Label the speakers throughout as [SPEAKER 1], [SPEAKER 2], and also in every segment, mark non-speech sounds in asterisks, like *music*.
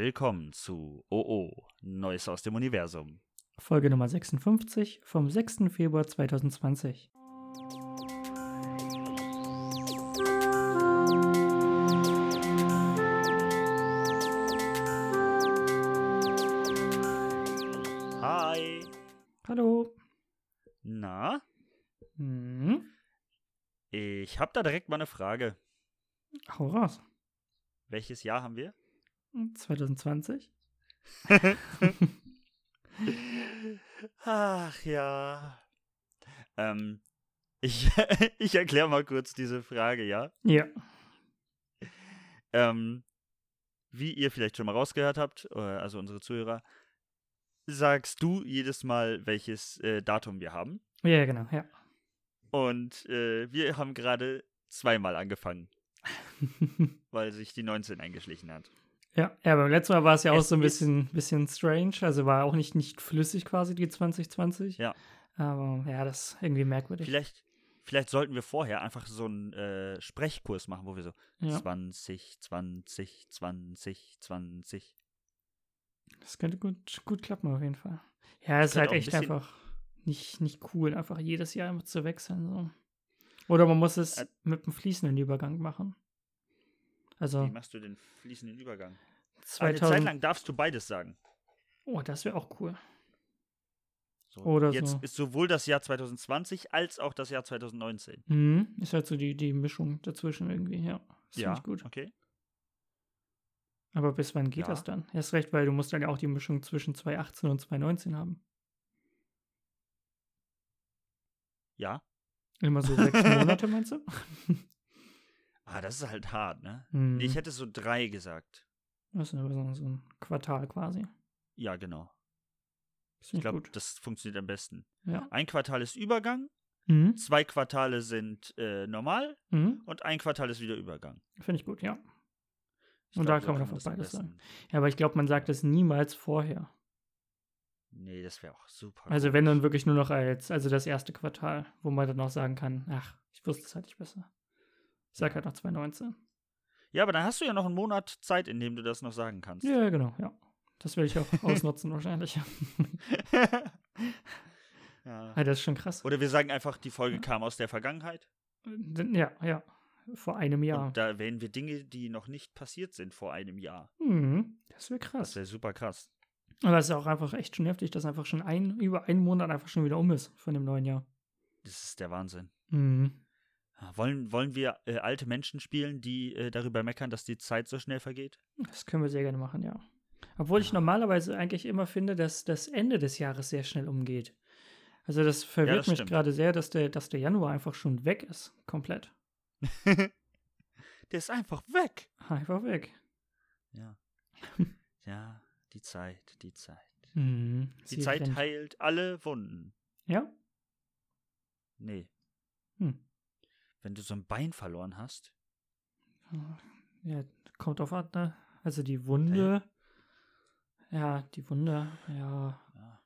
[SPEAKER 1] Willkommen zu OO, Neues aus dem Universum.
[SPEAKER 2] Folge Nummer 56 vom 6. Februar 2020.
[SPEAKER 1] Hi.
[SPEAKER 2] Hallo.
[SPEAKER 1] Na,
[SPEAKER 2] Hm,
[SPEAKER 1] ich hab da direkt mal eine Frage.
[SPEAKER 2] hau raus. Hm,
[SPEAKER 1] Welches Jahr haben wir?
[SPEAKER 2] 2020?
[SPEAKER 1] *laughs* Ach ja. Ähm, ich, *laughs* ich erkläre mal kurz diese Frage, ja?
[SPEAKER 2] Ja.
[SPEAKER 1] Ähm, wie ihr vielleicht schon mal rausgehört habt, äh, also unsere Zuhörer, sagst du jedes Mal, welches äh, Datum wir haben.
[SPEAKER 2] Ja, genau, ja. *laughs*
[SPEAKER 1] Und äh, wir haben gerade zweimal angefangen, weil sich die 19 eingeschlichen hat.
[SPEAKER 2] ja, ja, beim letzten Mal war es ja auch
[SPEAKER 1] Es
[SPEAKER 2] so ein
[SPEAKER 1] ist-
[SPEAKER 2] bisschen, bisschen strange, also war auch nicht, nicht flüssig quasi die 2020.
[SPEAKER 1] Ja.
[SPEAKER 2] Aber ja, das ist irgendwie merkwürdig.
[SPEAKER 1] Vielleicht, vielleicht sollten wir vorher einfach so einen äh, Sprechkurs machen, wo wir so
[SPEAKER 2] Ja,
[SPEAKER 1] 20, 20, 20, 20.
[SPEAKER 2] das könnte gut, gut klappen auf jeden Fall. Ja, es ist
[SPEAKER 1] könnte
[SPEAKER 2] halt
[SPEAKER 1] auch ein
[SPEAKER 2] echt
[SPEAKER 1] bisschen-
[SPEAKER 2] einfach nicht, nicht cool, einfach jedes Jahr immer zu wechseln. So. Oder man muss es
[SPEAKER 1] Ä-
[SPEAKER 2] mit einem fließenden Übergang machen. Also
[SPEAKER 1] Wie machst du den fließenden Übergang? Also, Eine
[SPEAKER 2] 2000.
[SPEAKER 1] Zeit lang darfst du beides sagen.
[SPEAKER 2] Oh, das wäre auch cool.
[SPEAKER 1] So,
[SPEAKER 2] Oder
[SPEAKER 1] jetzt
[SPEAKER 2] so.
[SPEAKER 1] ist sowohl das Jahr 2020 als auch das Jahr 2019.
[SPEAKER 2] Mhm. Ist halt so die, die Mischung dazwischen irgendwie, ja. Das
[SPEAKER 1] ja,
[SPEAKER 2] Finde ich gut.
[SPEAKER 1] okay.
[SPEAKER 2] Aber bis wann geht
[SPEAKER 1] Ja.
[SPEAKER 2] das dann? Erst recht, weil du musst dann ja auch die Mischung zwischen 2018 und 2019 haben.
[SPEAKER 1] Ja.
[SPEAKER 2] Immer so
[SPEAKER 1] *laughs*
[SPEAKER 2] sechs Monate, meinst du?
[SPEAKER 1] Ah, das ist halt hart, ne?
[SPEAKER 2] Mhm.
[SPEAKER 1] Nee, Ich hätte so drei gesagt.
[SPEAKER 2] das ist aber so so ein Quartal quasi.
[SPEAKER 1] Ja, genau.
[SPEAKER 2] Das
[SPEAKER 1] Ich
[SPEAKER 2] finde ich
[SPEAKER 1] glaube,
[SPEAKER 2] gut.
[SPEAKER 1] das funktioniert am besten.
[SPEAKER 2] Ja.
[SPEAKER 1] Ein Quartal ist Übergang,
[SPEAKER 2] Mhm.
[SPEAKER 1] zwei Quartale sind äh, normal
[SPEAKER 2] Mhm.
[SPEAKER 1] und ein Quartal ist wieder Übergang.
[SPEAKER 2] Finde ich gut, ja.
[SPEAKER 1] Ich
[SPEAKER 2] Und da kann man
[SPEAKER 1] das
[SPEAKER 2] einfach
[SPEAKER 1] am
[SPEAKER 2] beides sagen.
[SPEAKER 1] besten-
[SPEAKER 2] Ja, aber ich glaube, man sagt es niemals vorher.
[SPEAKER 1] Nee, das wäre auch super.
[SPEAKER 2] Also
[SPEAKER 1] gut.
[SPEAKER 2] wenn dann wirklich nur noch als, also das erste Quartal, wo man dann auch sagen kann, ach, ich wusste es halt nicht besser. Ich sag halt noch 2019.
[SPEAKER 1] Ja, aber dann hast du ja noch einen Monat Zeit, in dem du das noch sagen kannst.
[SPEAKER 2] Ja, genau, ja. Das will ich auch ausnutzen wahrscheinlich.
[SPEAKER 1] *laughs* Ja.
[SPEAKER 2] Ah, das ist schon krass.
[SPEAKER 1] Oder wir sagen einfach, die Folge kam aus der Vergangenheit.
[SPEAKER 2] Ja, ja. Vor einem Jahr.
[SPEAKER 1] Und da erwähnen wir Dinge, die noch nicht passiert sind vor einem Jahr.
[SPEAKER 2] Mhm, das wäre
[SPEAKER 1] Das
[SPEAKER 2] krass.
[SPEAKER 1] wäre super krass.
[SPEAKER 2] Aber es ist auch einfach echt schon heftig, dass einfach schon ein, über einen Monat einfach schon wieder um ist von dem neuen Jahr.
[SPEAKER 1] Das ist der Wahnsinn.
[SPEAKER 2] Mhm.
[SPEAKER 1] Ah, Wollen, wollen wir äh, alte Menschen spielen, die äh, darüber meckern, dass die Zeit so schnell vergeht?
[SPEAKER 2] Das können wir sehr gerne machen, ja. Obwohl ich normalerweise eigentlich immer finde, dass das Ende des Jahres sehr schnell umgeht. Also das verwirrt mich
[SPEAKER 1] stimmt.
[SPEAKER 2] gerade sehr, dass der, dass der Januar einfach schon weg ist. Komplett.
[SPEAKER 1] Der ist einfach weg.
[SPEAKER 2] Einfach weg. *laughs*
[SPEAKER 1] Ja. ja, die Zeit, die Zeit.
[SPEAKER 2] Mhm.
[SPEAKER 1] Die
[SPEAKER 2] Sie
[SPEAKER 1] Zeit
[SPEAKER 2] rennt.
[SPEAKER 1] heilt alle Wunden.
[SPEAKER 2] Ja?
[SPEAKER 1] Nee.
[SPEAKER 2] Hm.
[SPEAKER 1] Wenn du so ein Bein verloren hast,
[SPEAKER 2] Ja, kommt auf an, ne? Also die Wunde. Ja, die Wunde, ja.
[SPEAKER 1] Ja.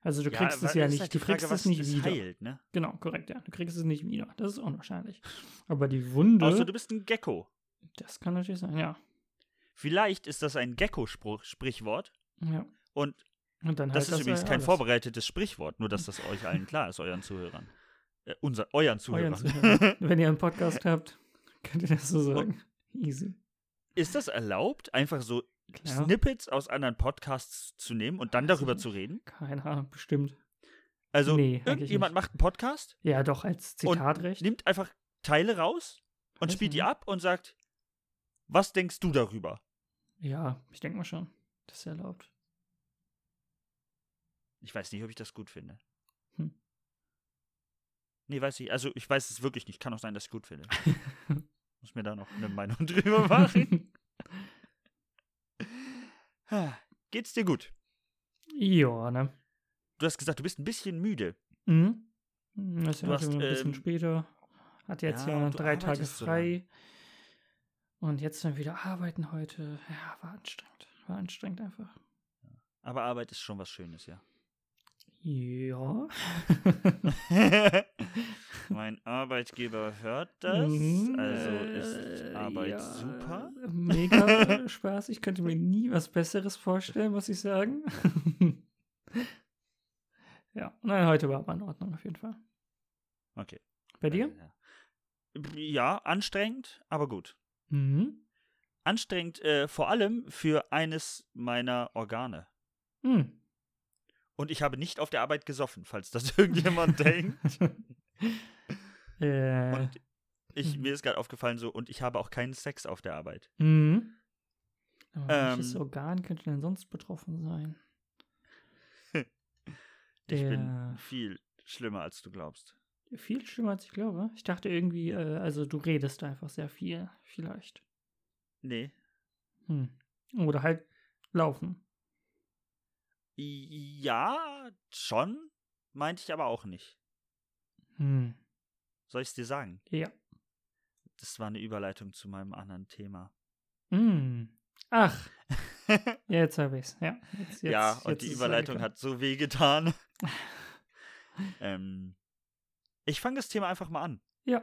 [SPEAKER 2] Also du kriegst es
[SPEAKER 1] aber
[SPEAKER 2] ja
[SPEAKER 1] ist
[SPEAKER 2] nicht,
[SPEAKER 1] halt
[SPEAKER 2] du
[SPEAKER 1] die Frage,
[SPEAKER 2] kriegst
[SPEAKER 1] was
[SPEAKER 2] es nicht
[SPEAKER 1] es
[SPEAKER 2] wieder.
[SPEAKER 1] heilt, ne?
[SPEAKER 2] Genau, korrekt, ja. Du kriegst es nicht wieder. Das ist unwahrscheinlich. Aber die Wunde,
[SPEAKER 1] Außer du bist ein Gecko.
[SPEAKER 2] das kann natürlich sein, ja.
[SPEAKER 1] Vielleicht ist das ein Gecko-Sprichwort.
[SPEAKER 2] ja.
[SPEAKER 1] Und
[SPEAKER 2] Und dann
[SPEAKER 1] das
[SPEAKER 2] halt
[SPEAKER 1] ist übrigens kein
[SPEAKER 2] alles.
[SPEAKER 1] vorbereitetes Sprichwort, nur dass das euch allen klar ist, euren Zuhörern. Äh, unser, euren Zuhörern.
[SPEAKER 2] Euren Zuhörern.
[SPEAKER 1] *laughs*
[SPEAKER 2] Wenn ihr einen Podcast habt, könnt ihr das so sagen. Easy.
[SPEAKER 1] ist das erlaubt, einfach so
[SPEAKER 2] Klar.
[SPEAKER 1] Snippets aus anderen Podcasts zu nehmen und dann
[SPEAKER 2] Weiß ich
[SPEAKER 1] darüber
[SPEAKER 2] nicht.
[SPEAKER 1] zu reden?
[SPEAKER 2] Keine Ahnung, bestimmt.
[SPEAKER 1] Also,
[SPEAKER 2] Nee, eigentlich
[SPEAKER 1] irgendjemand macht einen Podcast,
[SPEAKER 2] Ja, doch, als Zitatrecht.
[SPEAKER 1] nimmt einfach Teile raus und
[SPEAKER 2] Weiß
[SPEAKER 1] spielt
[SPEAKER 2] ich
[SPEAKER 1] die
[SPEAKER 2] nicht.
[SPEAKER 1] ab und sagt, was denkst du darüber?
[SPEAKER 2] Ja, ich denke mal schon. Das ist erlaubt.
[SPEAKER 1] Ich weiß nicht, ob ich das gut finde.
[SPEAKER 2] Hm.
[SPEAKER 1] Nee, weiß ich. Also, ich weiß es wirklich nicht. Kann auch sein, dass ich es gut finde.
[SPEAKER 2] *laughs*
[SPEAKER 1] Muss mir da noch eine Meinung *laughs* drüber
[SPEAKER 2] *laughs*
[SPEAKER 1] machen. Ha, Geht's dir gut?
[SPEAKER 2] ja, ne?
[SPEAKER 1] Du hast gesagt, du bist ein bisschen müde.
[SPEAKER 2] Mhm. Das ist ja
[SPEAKER 1] Du
[SPEAKER 2] heute
[SPEAKER 1] hast,
[SPEAKER 2] ein bisschen
[SPEAKER 1] ähm,
[SPEAKER 2] später. Hat jetzt
[SPEAKER 1] ja,
[SPEAKER 2] ja,
[SPEAKER 1] und du
[SPEAKER 2] drei Tage
[SPEAKER 1] arbeitest so
[SPEAKER 2] frei. und jetzt dann wieder arbeiten heute. Ja, war anstrengend. War anstrengend einfach. *laughs*
[SPEAKER 1] Aber Arbeit ist schon was Schönes, ja.
[SPEAKER 2] Ja. *laughs*
[SPEAKER 1] mein Arbeitgeber hört das,
[SPEAKER 2] Mhm,
[SPEAKER 1] also
[SPEAKER 2] äh,
[SPEAKER 1] ist Arbeit
[SPEAKER 2] ja,
[SPEAKER 1] super. *laughs*
[SPEAKER 2] Mega Spaß. Ich könnte mir nie was Besseres vorstellen, muss ich sagen. *laughs* ja, nein, heute war aber in Ordnung auf jeden Fall.
[SPEAKER 1] Okay.
[SPEAKER 2] Bei dir?
[SPEAKER 1] Äh, Ja, anstrengend, aber gut.
[SPEAKER 2] Mhm.
[SPEAKER 1] Anstrengend äh, vor allem für eines meiner Organe.
[SPEAKER 2] Mhm.
[SPEAKER 1] Und ich habe nicht auf der Arbeit gesoffen, falls das irgendjemand denkt.
[SPEAKER 2] *laughs* Äh,
[SPEAKER 1] Und ich, mir ist gerade aufgefallen so, und ich habe auch keinen Sex auf der Arbeit.
[SPEAKER 2] mhm. Aber welches
[SPEAKER 1] ähm,
[SPEAKER 2] Organ könnte denn sonst betroffen sein?
[SPEAKER 1] Ich
[SPEAKER 2] Der-
[SPEAKER 1] bin viel schlimmer, als du glaubst.
[SPEAKER 2] Viel schlimmer als ich glaube. Ich dachte irgendwie, äh, also du redest einfach sehr viel, vielleicht.
[SPEAKER 1] Nee.
[SPEAKER 2] Hm. Oder halt laufen.
[SPEAKER 1] I- Ja, schon, meinte ich aber auch nicht.
[SPEAKER 2] Hm.
[SPEAKER 1] Soll ich es dir sagen?
[SPEAKER 2] Ja.
[SPEAKER 1] Das war eine Überleitung zu meinem anderen Thema.
[SPEAKER 2] Hm.
[SPEAKER 1] *laughs*
[SPEAKER 2] Ach, ja, jetzt habe ich es. Ja, jetzt, jetzt,
[SPEAKER 1] ja, und
[SPEAKER 2] jetzt
[SPEAKER 1] die
[SPEAKER 2] ist es
[SPEAKER 1] Überleitung
[SPEAKER 2] angekommen.
[SPEAKER 1] hat so weh
[SPEAKER 2] *laughs*
[SPEAKER 1] getan. ähm, ich fange das Thema einfach mal an.
[SPEAKER 2] Ja.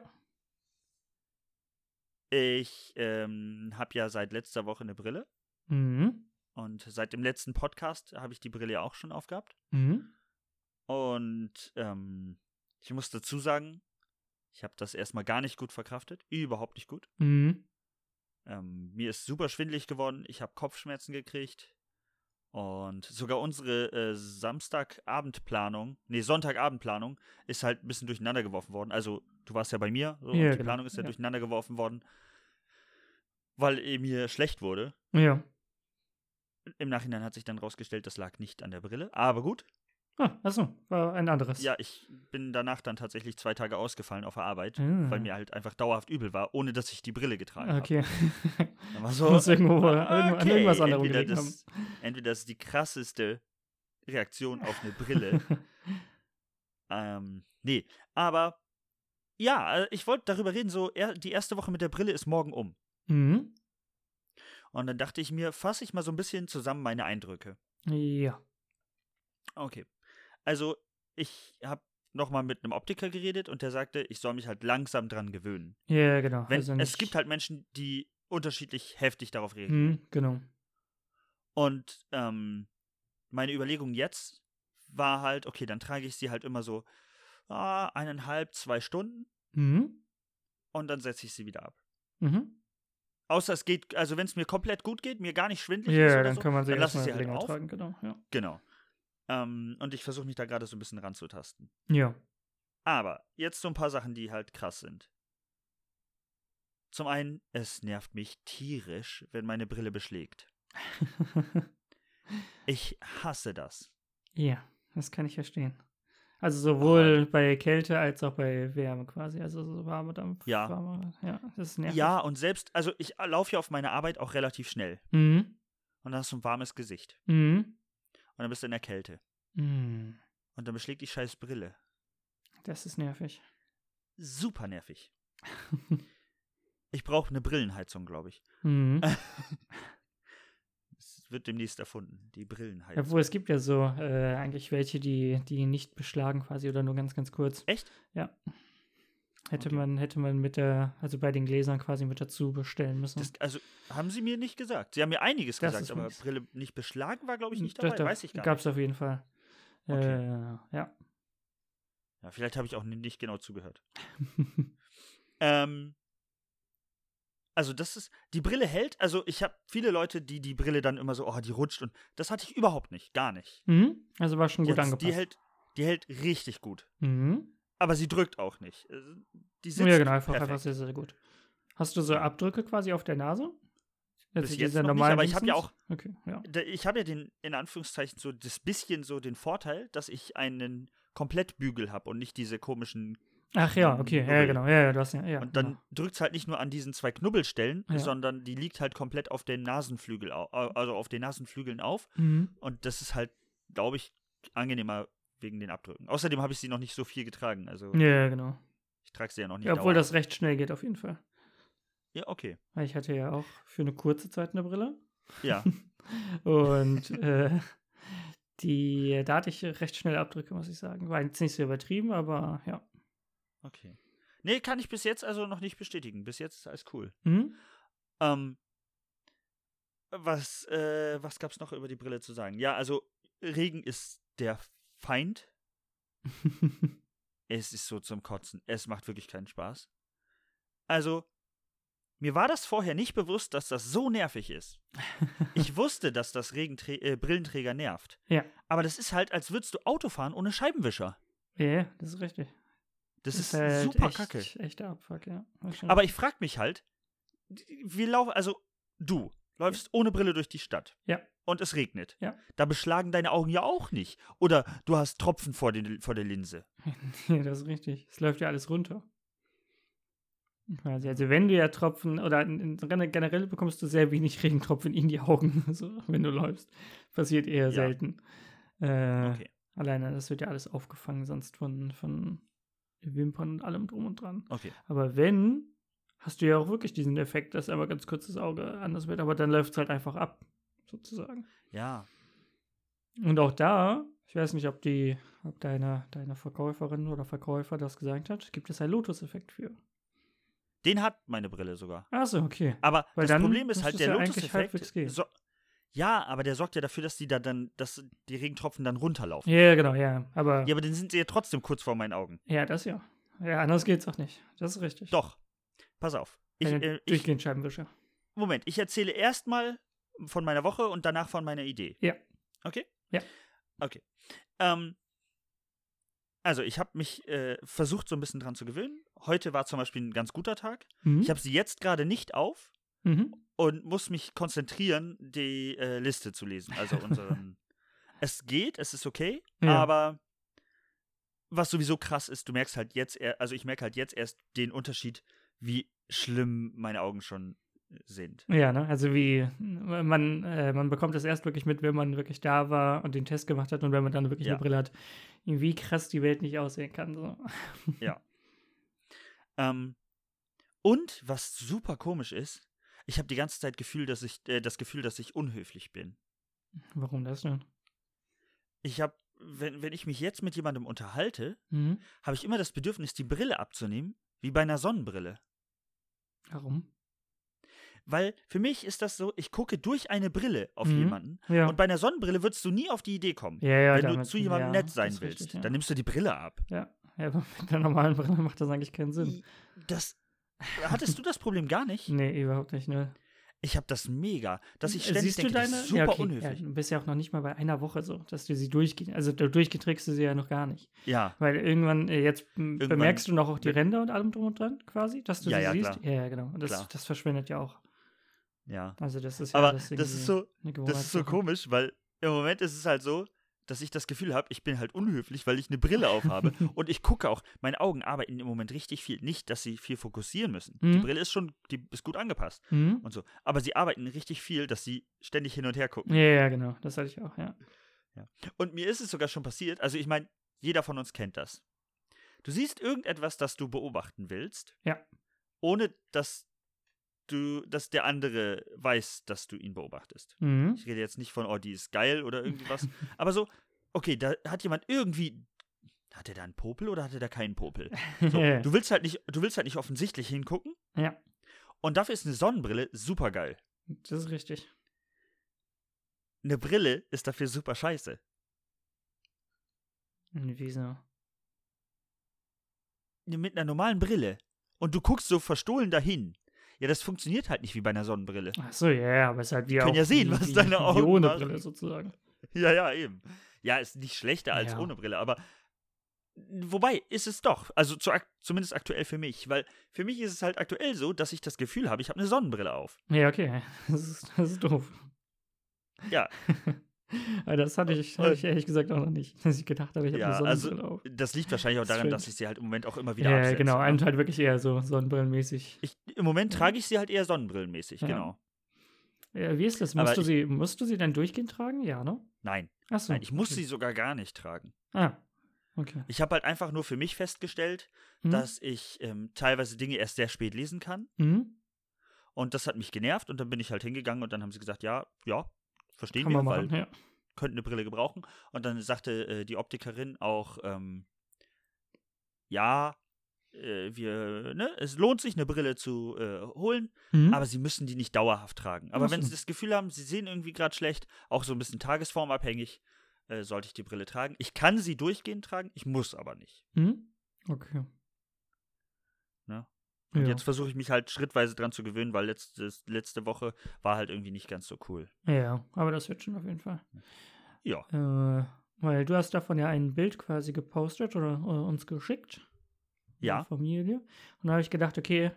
[SPEAKER 1] Ich ähm, habe ja seit letzter Woche eine Brille
[SPEAKER 2] Mhm.
[SPEAKER 1] und seit dem letzten Podcast habe ich die Brille ja auch schon aufgehabt.
[SPEAKER 2] Mhm.
[SPEAKER 1] Und ähm, ich muss dazu sagen, ich habe das erstmal gar nicht gut verkraftet, überhaupt nicht gut.
[SPEAKER 2] Mhm.
[SPEAKER 1] Ähm, mir ist super schwindelig geworden, ich habe Kopfschmerzen gekriegt. Und sogar unsere äh, Samstagabendplanung, nee, Sonntagabendplanung, ist halt ein bisschen durcheinander geworfen worden. Also, du warst ja bei mir, so, und
[SPEAKER 2] Ja,
[SPEAKER 1] die
[SPEAKER 2] genau,
[SPEAKER 1] Planung ist ja,
[SPEAKER 2] ja.
[SPEAKER 1] durcheinander geworfen worden, weil äh, mir schlecht wurde.
[SPEAKER 2] Ja.
[SPEAKER 1] Im Nachhinein hat sich dann rausgestellt, das lag nicht an der Brille. Aber gut,
[SPEAKER 2] Ah, achso, war ein anderes.
[SPEAKER 1] Ja, ich bin danach dann tatsächlich zwei Tage ausgefallen auf der Arbeit,
[SPEAKER 2] Ah.
[SPEAKER 1] weil mir halt einfach dauerhaft übel war, ohne dass ich die Brille getragen habe.
[SPEAKER 2] Okay. *laughs*
[SPEAKER 1] Dann war
[SPEAKER 2] Du
[SPEAKER 1] so,
[SPEAKER 2] musst irgendwo
[SPEAKER 1] äh,
[SPEAKER 2] irgendwo- an irgendwas anderem
[SPEAKER 1] entweder
[SPEAKER 2] gelegen
[SPEAKER 1] das, entweder das ist die krasseste Reaktion auf eine Brille.
[SPEAKER 2] *laughs* haben.
[SPEAKER 1] ähm, nee, aber ja, also ich wollte darüber reden, so er, die erste Woche mit der Brille ist morgen um.
[SPEAKER 2] mhm.
[SPEAKER 1] Und dann dachte ich mir, fasse ich mal so ein bisschen zusammen meine Eindrücke.
[SPEAKER 2] Ja.
[SPEAKER 1] Okay. Also, ich habe nochmal mit einem Optiker geredet und der sagte, ich soll mich halt langsam dran gewöhnen.
[SPEAKER 2] Ja, genau.
[SPEAKER 1] Wenn,
[SPEAKER 2] Also
[SPEAKER 1] es
[SPEAKER 2] nicht-
[SPEAKER 1] gibt halt Menschen, die unterschiedlich heftig darauf reagieren.
[SPEAKER 2] Mhm, genau.
[SPEAKER 1] Und ähm, meine Überlegung jetzt war halt, okay, dann trage ich sie halt immer so ah, eineinhalb, zwei Stunden
[SPEAKER 2] Mhm.
[SPEAKER 1] und dann setze ich sie wieder ab.
[SPEAKER 2] Mhm.
[SPEAKER 1] Außer es geht, also wenn es mir komplett gut geht, mir gar nicht schwindelig ist
[SPEAKER 2] Ja,
[SPEAKER 1] oder
[SPEAKER 2] dann
[SPEAKER 1] so,
[SPEAKER 2] kann man sie
[SPEAKER 1] dann lasse ich sie
[SPEAKER 2] erstmal
[SPEAKER 1] halt
[SPEAKER 2] länger
[SPEAKER 1] auf.
[SPEAKER 2] tragen, genau. Ja.
[SPEAKER 1] Genau. Ähm, und ich versuche mich da gerade so ein bisschen ranzutasten.
[SPEAKER 2] ja.
[SPEAKER 1] Aber jetzt so ein paar Sachen, die halt krass sind. Zum einen, es nervt mich tierisch, wenn meine Brille beschlägt. *laughs* Ich hasse das.
[SPEAKER 2] ja, das kann ich verstehen. Also
[SPEAKER 1] halt
[SPEAKER 2] sowohl bei Kälte als auch bei Wärme quasi. Also so warme Dampf.
[SPEAKER 1] Ja.
[SPEAKER 2] Warme, ja, das ist nervig.
[SPEAKER 1] Ja, und selbst, also ich laufe ja auf meine Arbeit auch relativ schnell.
[SPEAKER 2] Mhm.
[SPEAKER 1] Und dann hast du ein warmes Gesicht.
[SPEAKER 2] Mhm.
[SPEAKER 1] Und dann bist du in der Kälte.
[SPEAKER 2] Mhm.
[SPEAKER 1] Und dann beschlägt die scheiß Brille.
[SPEAKER 2] Das ist nervig.
[SPEAKER 1] Super
[SPEAKER 2] *laughs*
[SPEAKER 1] nervig. Ich brauche eine Brillenheizung, glaube ich. *laughs*
[SPEAKER 2] mhm.
[SPEAKER 1] Es wird demnächst erfunden. Die Brillenheizung.
[SPEAKER 2] Obwohl es gibt ja so äh, eigentlich welche, die, die nicht beschlagen quasi oder nur ganz, ganz kurz.
[SPEAKER 1] Echt?
[SPEAKER 2] Ja. Hätte
[SPEAKER 1] Okay.
[SPEAKER 2] man, hätte man mit der, also bei den Gläsern quasi mit dazu bestellen müssen.
[SPEAKER 1] Das, also, haben sie mir nicht gesagt. Sie haben mir einiges
[SPEAKER 2] Das ist
[SPEAKER 1] gesagt, aber
[SPEAKER 2] mies.
[SPEAKER 1] Brille nicht beschlagen war, glaube ich, nicht dabei. Weiß ich gar
[SPEAKER 2] Gab
[SPEAKER 1] nicht.
[SPEAKER 2] es auf jeden Fall.
[SPEAKER 1] Okay.
[SPEAKER 2] Äh, ja. *laughs*
[SPEAKER 1] Ja, vielleicht habe ich auch nicht genau zugehört. Ähm, also das ist, die Brille hält, also ich habe viele Leute, die die Brille dann immer so, oh, die rutscht und das hatte ich überhaupt nicht, gar nicht.
[SPEAKER 2] mhm. Also war schon gut
[SPEAKER 1] Jetzt,
[SPEAKER 2] angepasst.
[SPEAKER 1] Die hält, die hält richtig gut,
[SPEAKER 2] mhm.
[SPEAKER 1] aber sie drückt auch nicht. Äh, Die sitzt
[SPEAKER 2] Ja, genau, einfach,
[SPEAKER 1] perfekt.
[SPEAKER 2] einfach sehr, sehr gut. Hast du so
[SPEAKER 1] Ja.
[SPEAKER 2] Abdrücke quasi auf der Nase? Also
[SPEAKER 1] jetzt noch
[SPEAKER 2] diese
[SPEAKER 1] nicht,
[SPEAKER 2] normalen
[SPEAKER 1] aber ich hab ja
[SPEAKER 2] Dingsens?
[SPEAKER 1] auch-
[SPEAKER 2] Okay, ja.
[SPEAKER 1] Da- Ich habe ja den, in Anführungszeichen, so das bisschen so den Vorteil, dass ich einen Komplettbügel habe und nicht diese komischen,
[SPEAKER 2] Ach ja, okay, ja,
[SPEAKER 1] Knubbel.
[SPEAKER 2] genau. Ja, ja, du hast ja. ja
[SPEAKER 1] Hm, und dann
[SPEAKER 2] genau.
[SPEAKER 1] drückt's drückt es halt nicht nur an diesen zwei Knubbelstellen,
[SPEAKER 2] Ja.
[SPEAKER 1] sondern die liegt halt komplett auf den Nasenflügel, au- also auf den Nasenflügeln auf
[SPEAKER 2] Mhm.
[SPEAKER 1] Und das ist halt, glaube ich, angenehmer wegen den Abdrücken. Außerdem habe ich sie noch nicht so viel getragen. Also
[SPEAKER 2] Ja, ja, genau.
[SPEAKER 1] ich trage sie ja noch nicht.
[SPEAKER 2] Ja, obwohl
[SPEAKER 1] dauerhaft.
[SPEAKER 2] das recht schnell geht auf jeden Fall.
[SPEAKER 1] Ja, okay.
[SPEAKER 2] Weil ich hatte ja auch *laughs*
[SPEAKER 1] *laughs*
[SPEAKER 2] für eine kurze Zeit eine Brille.
[SPEAKER 1] Ja.
[SPEAKER 2] Und äh, Die, da hatte ich recht schnelle Abdrücke, muss ich sagen. War jetzt nicht so übertrieben, aber ja.
[SPEAKER 1] Okay. Nee, kann ich bis jetzt also noch nicht bestätigen. Bis jetzt ist alles cool. *laughs*
[SPEAKER 2] Mhm.
[SPEAKER 1] Ähm, was äh, was gab es noch über die Brille zu sagen? Ja, also Regen ist der Feind. Es ist so zum Kotzen. Es macht wirklich keinen Spaß. Also, mir war das vorher nicht bewusst, dass das so nervig ist.
[SPEAKER 2] *laughs*
[SPEAKER 1] Ich wusste, dass das Regenträ äh, Brillenträger nervt.
[SPEAKER 2] Ja.
[SPEAKER 1] Aber das ist halt, als würdest du Auto fahren ohne Scheibenwischer.
[SPEAKER 2] Ja, ja, das ist richtig.
[SPEAKER 1] Das ist,
[SPEAKER 2] halt
[SPEAKER 1] super
[SPEAKER 2] echt,
[SPEAKER 1] kacke.
[SPEAKER 2] Echter Abfuck, ja. Hast schon
[SPEAKER 1] Aber ich frag mich halt, wir laufen, also du läufst ohne Brille durch die Stadt.
[SPEAKER 2] Ja.
[SPEAKER 1] Und es regnet.
[SPEAKER 2] Ja.
[SPEAKER 1] Da beschlagen deine Augen ja auch nicht. Oder du hast Tropfen vor, den, vor der Linse.
[SPEAKER 2] Ja, das ist richtig. Es läuft ja alles runter. Quasi. Also wenn du ja Tropfen oder in- in- generell bekommst du sehr wenig Regentropfen in die Augen, *laughs* also wenn du läufst. Passiert eher
[SPEAKER 1] Ja.
[SPEAKER 2] selten. Äh,
[SPEAKER 1] Okay.
[SPEAKER 2] Alleine, das wird ja alles aufgefangen sonst von, von Wimpern und allem drum und dran.
[SPEAKER 1] Okay.
[SPEAKER 2] Aber wenn, hast du ja auch wirklich diesen Effekt, dass einmal ganz kurz das Auge anders wird, aber dann läuft es halt einfach ab, sozusagen.
[SPEAKER 1] Ja.
[SPEAKER 2] Und auch da, ich weiß nicht, ob die, ob deine, deine Verkäuferin oder Verkäufer das gesagt hat, gibt es einen Lotus-Effekt für.
[SPEAKER 1] Den hat meine Brille sogar.
[SPEAKER 2] Achso, okay.
[SPEAKER 1] Aber
[SPEAKER 2] Weil
[SPEAKER 1] das
[SPEAKER 2] dann
[SPEAKER 1] Problem ist
[SPEAKER 2] muss
[SPEAKER 1] halt,
[SPEAKER 2] es
[SPEAKER 1] der
[SPEAKER 2] ja eigentlich halbwegs gehen.
[SPEAKER 1] Lotus-Effekt. So, ja, aber der sorgt ja dafür, dass die da dann, dass die Regentropfen dann runterlaufen.
[SPEAKER 2] Ja, genau, ja. Aber
[SPEAKER 1] Ja,
[SPEAKER 2] ja,
[SPEAKER 1] aber dann sind sie ja trotzdem kurz vor meinen Augen.
[SPEAKER 2] das ja. Ja, anders geht's auch nicht. Das ist richtig.
[SPEAKER 1] Doch. Pass auf. Ich,
[SPEAKER 2] Keine
[SPEAKER 1] äh, ich,
[SPEAKER 2] durchgehend Scheibenwischer.
[SPEAKER 1] Moment, ich erzähle erstmal von meiner Woche und danach von meiner Idee.
[SPEAKER 2] Ja.
[SPEAKER 1] Okay?
[SPEAKER 2] Ja.
[SPEAKER 1] Okay. Ähm, also, ich habe mich äh, versucht, so ein bisschen dran zu gewöhnen. Heute war zum Beispiel ein ganz guter Tag.
[SPEAKER 2] Mhm.
[SPEAKER 1] Ich habe sie jetzt gerade nicht auf
[SPEAKER 2] mhm.
[SPEAKER 1] und muss mich konzentrieren, die äh, Liste zu lesen.
[SPEAKER 2] *laughs*
[SPEAKER 1] Also unseren. es geht, es ist okay,
[SPEAKER 2] Ja.
[SPEAKER 1] aber was sowieso krass ist, du merkst halt jetzt, er- also ich merke halt jetzt erst den Unterschied, wie schlimm meine Augen schon äh, sind.
[SPEAKER 2] Ja, ne? Also wie man, äh, man bekommt das erst wirklich mit, wenn man wirklich da war und den Test gemacht hat und wenn man dann wirklich
[SPEAKER 1] Ja.
[SPEAKER 2] eine Brille hat, wie krass die Welt nicht aussehen kann. So. *laughs*
[SPEAKER 1] Ähm, und was super komisch ist, ich habe die ganze Zeit Gefühl, dass ich, äh, das Gefühl, dass ich unhöflich bin.
[SPEAKER 2] Warum das denn?
[SPEAKER 1] Ich habe, wenn, wenn ich mich jetzt mit jemandem unterhalte,
[SPEAKER 2] Mhm.
[SPEAKER 1] habe ich immer das Bedürfnis, die Brille abzunehmen, wie bei einer Sonnenbrille.
[SPEAKER 2] Warum?
[SPEAKER 1] Weil für mich ist das so, ich gucke durch eine Brille auf
[SPEAKER 2] Mhm.
[SPEAKER 1] jemanden.
[SPEAKER 2] Ja.
[SPEAKER 1] Und bei einer Sonnenbrille würdest du nie auf die Idee kommen.
[SPEAKER 2] Ja, ja,
[SPEAKER 1] wenn du
[SPEAKER 2] damit-
[SPEAKER 1] zu jemandem
[SPEAKER 2] ja,
[SPEAKER 1] nett sein
[SPEAKER 2] das ist
[SPEAKER 1] willst,
[SPEAKER 2] richtig, ja.
[SPEAKER 1] dann nimmst du die Brille ab.
[SPEAKER 2] Ja, ja, *laughs* aber mit einer normalen Brille macht das eigentlich keinen Sinn.
[SPEAKER 1] Das hattest du das Problem gar nicht?
[SPEAKER 2] Nee, überhaupt nicht. Ne? Äh,
[SPEAKER 1] Ich habe das mega, dass ich ständig denke, das ist super
[SPEAKER 2] ja, okay.
[SPEAKER 1] unhöflich.
[SPEAKER 2] Ja, du bist ja auch noch nicht mal bei einer Woche so, dass du sie durchgehen. Also du durchgetrickst du sie ja noch gar nicht.
[SPEAKER 1] ja.
[SPEAKER 2] Weil irgendwann, äh, jetzt m,
[SPEAKER 1] Irgendwann-
[SPEAKER 2] bemerkst du noch auch die Ränder und allem drum und dran quasi, dass du
[SPEAKER 1] Ja,
[SPEAKER 2] sie
[SPEAKER 1] ja,
[SPEAKER 2] siehst.
[SPEAKER 1] klar.
[SPEAKER 2] Ja, ja, genau. Und das,
[SPEAKER 1] Klar.
[SPEAKER 2] das verschwindet ja auch.
[SPEAKER 1] ja.
[SPEAKER 2] Also das ist ja
[SPEAKER 1] Aber
[SPEAKER 2] alles
[SPEAKER 1] das ist
[SPEAKER 2] irgendwie
[SPEAKER 1] so,
[SPEAKER 2] eine
[SPEAKER 1] Das ist so
[SPEAKER 2] Gewohnheitssache.
[SPEAKER 1] komisch, weil im Moment ist es halt so, dass ich das Gefühl habe, ich bin halt unhöflich, weil ich eine Brille
[SPEAKER 2] *laughs*
[SPEAKER 1] aufhabe. und ich gucke auch, meine Augen arbeiten im Moment richtig viel. Nicht, dass sie viel fokussieren müssen. Die
[SPEAKER 2] Mhm.
[SPEAKER 1] Brille ist schon, die ist gut angepasst
[SPEAKER 2] Mhm.
[SPEAKER 1] und so. Aber sie arbeiten richtig viel, dass sie ständig hin und her gucken.
[SPEAKER 2] Ja, ja, genau. Das hatte ich auch, ja. Hm.
[SPEAKER 1] Und mir ist es sogar schon passiert, also ich meine, jeder von uns kennt das. Du siehst irgendetwas, das du beobachten willst.
[SPEAKER 2] Ja.
[SPEAKER 1] Ohne dass du, dass der andere weiß, dass du ihn beobachtest.
[SPEAKER 2] Mhm.
[SPEAKER 1] Ich rede jetzt nicht von, oh, die ist geil oder irgendwie was. aber so, okay, da hat jemand irgendwie. Hat er da einen Popel oder hat er da keinen Popel? *laughs*
[SPEAKER 2] *laughs*
[SPEAKER 1] So,
[SPEAKER 2] Ja, ja.
[SPEAKER 1] du, willst halt nicht, du willst halt nicht offensichtlich hingucken.
[SPEAKER 2] Ja.
[SPEAKER 1] Und dafür ist eine Sonnenbrille super geil.
[SPEAKER 2] Das ist richtig.
[SPEAKER 1] Eine Brille ist dafür super scheiße.
[SPEAKER 2] Und Hm, Wieso?
[SPEAKER 1] Mit einer normalen Brille. Und du guckst so verstohlen dahin. Ja, das funktioniert halt nicht wie bei einer Sonnenbrille.
[SPEAKER 2] Ach so, ja, ja, aber es ist halt wie
[SPEAKER 1] können
[SPEAKER 2] auch
[SPEAKER 1] ja sehen,
[SPEAKER 2] wie-
[SPEAKER 1] was
[SPEAKER 2] wie-
[SPEAKER 1] deine
[SPEAKER 2] wie
[SPEAKER 1] Augen
[SPEAKER 2] ohne
[SPEAKER 1] machen.
[SPEAKER 2] Brille sozusagen.
[SPEAKER 1] Ja, ja, eben. Ja, ist nicht schlechter als
[SPEAKER 2] Ja.
[SPEAKER 1] ohne Brille, aber wobei ist es doch, also zu, ak- zumindest aktuell für mich, weil für mich ist es halt aktuell so, dass ich das Gefühl habe, ich habe eine Sonnenbrille auf.
[SPEAKER 2] Ja, okay. *laughs* Das ist, das ist doof.
[SPEAKER 1] Ja.
[SPEAKER 2] *laughs* Aber das hatte ich, hatte ich ehrlich gesagt auch noch nicht, dass ich gedacht habe, ich habe
[SPEAKER 1] Ja,
[SPEAKER 2] eine
[SPEAKER 1] also
[SPEAKER 2] Sonnenbrille auf.
[SPEAKER 1] das liegt wahrscheinlich auch daran,
[SPEAKER 2] Strange.
[SPEAKER 1] dass ich sie halt im Moment auch immer wieder
[SPEAKER 2] Ja,
[SPEAKER 1] absetze.
[SPEAKER 2] genau.
[SPEAKER 1] ne?
[SPEAKER 2] Einem halt wirklich eher so sonnenbrillenmäßig.
[SPEAKER 1] ich, Im Moment trage ich sie halt eher sonnenbrillenmäßig,
[SPEAKER 2] Ja.
[SPEAKER 1] genau.
[SPEAKER 2] Ja, wie ist das?
[SPEAKER 1] Aber
[SPEAKER 2] Musst du,
[SPEAKER 1] ich-
[SPEAKER 2] sie, musst du sie dann durchgehend tragen? Ja, ne?
[SPEAKER 1] Nein,
[SPEAKER 2] Achso.
[SPEAKER 1] nein, ich muss sie sogar gar nicht tragen.
[SPEAKER 2] Ah, okay.
[SPEAKER 1] Ich habe halt einfach nur für mich festgestellt,
[SPEAKER 2] Hm?
[SPEAKER 1] dass ich ähm, teilweise Dinge erst sehr spät lesen kann
[SPEAKER 2] Hm?
[SPEAKER 1] und das hat mich genervt und dann bin ich halt hingegangen und dann haben sie gesagt, ja, ja, verstehen
[SPEAKER 2] Kann
[SPEAKER 1] wir,
[SPEAKER 2] man
[SPEAKER 1] weil
[SPEAKER 2] machen, ja.
[SPEAKER 1] könnten eine Brille gebrauchen. Und dann sagte äh, die Optikerin auch, ähm, ja, äh, wir, ne, es lohnt sich, eine Brille zu äh, holen,
[SPEAKER 2] Mhm.
[SPEAKER 1] aber sie müssen die nicht dauerhaft tragen. Aber
[SPEAKER 2] Ach
[SPEAKER 1] wenn
[SPEAKER 2] so.
[SPEAKER 1] sie das Gefühl haben, sie sehen irgendwie gerade schlecht, auch so ein bisschen tagesformabhängig, äh, sollte ich die Brille tragen. Ich kann sie durchgehend tragen, ich muss aber nicht.
[SPEAKER 2] Hm? Okay.
[SPEAKER 1] Ne?
[SPEAKER 2] Ja.
[SPEAKER 1] Und jetzt versuche ich mich halt schrittweise dran zu gewöhnen, weil letztes, letzte Woche war halt irgendwie nicht ganz so cool.
[SPEAKER 2] ja, aber das wird schon auf jeden Fall.
[SPEAKER 1] Ja.
[SPEAKER 2] Äh, weil du hast davon ja ein Bild quasi gepostet oder, oder uns geschickt.
[SPEAKER 1] Ja.
[SPEAKER 2] *laughs* Der Familie. Und da habe ich gedacht, okay,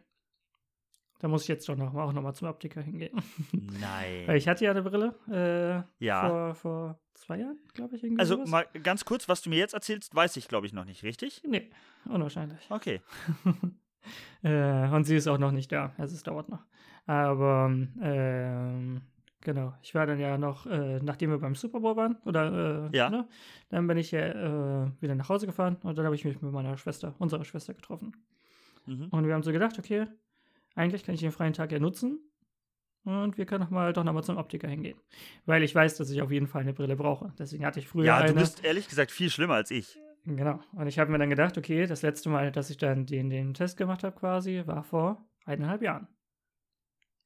[SPEAKER 2] da muss ich jetzt doch noch mal, auch nochmal zum Optiker
[SPEAKER 1] *laughs*
[SPEAKER 2] hingehen. Weil
[SPEAKER 1] Nein.
[SPEAKER 2] ich hatte ja eine Brille äh,
[SPEAKER 1] Ja.
[SPEAKER 2] vor, Hm, vor zwei Jahren, glaube ich. Irgendwie
[SPEAKER 1] Also
[SPEAKER 2] sowas.
[SPEAKER 1] mal ganz kurz, was du mir jetzt erzählst, weiß ich glaube ich noch nicht, richtig?
[SPEAKER 2] Nee, unwahrscheinlich. *laughs*
[SPEAKER 1] Okay.
[SPEAKER 2] äh, und sie ist auch noch nicht da. Also es dauert noch. Aber ähm, genau, ich war dann ja noch, äh, nachdem wir beim Super Bowl waren, oder äh,
[SPEAKER 1] Ja.
[SPEAKER 2] ne, dann bin ich ja äh, wieder nach Hause gefahren und dann habe ich mich mit meiner Schwester, unserer Schwester, getroffen.
[SPEAKER 1] Mhm.
[SPEAKER 2] Und wir haben so gedacht, okay, eigentlich kann ich den freien Tag ja nutzen. Und wir können doch mal, doch noch mal zum Optiker hingehen. Weil ich weiß, dass ich auf jeden Fall eine Brille brauche. Deswegen hatte ich früher
[SPEAKER 1] Ja,
[SPEAKER 2] eine.
[SPEAKER 1] du bist ehrlich gesagt viel schlimmer als ich.
[SPEAKER 2] Genau. Und ich habe mir dann gedacht, okay, das letzte Mal, dass ich dann den, den Test gemacht habe, quasi, war vor eineinhalb Jahren.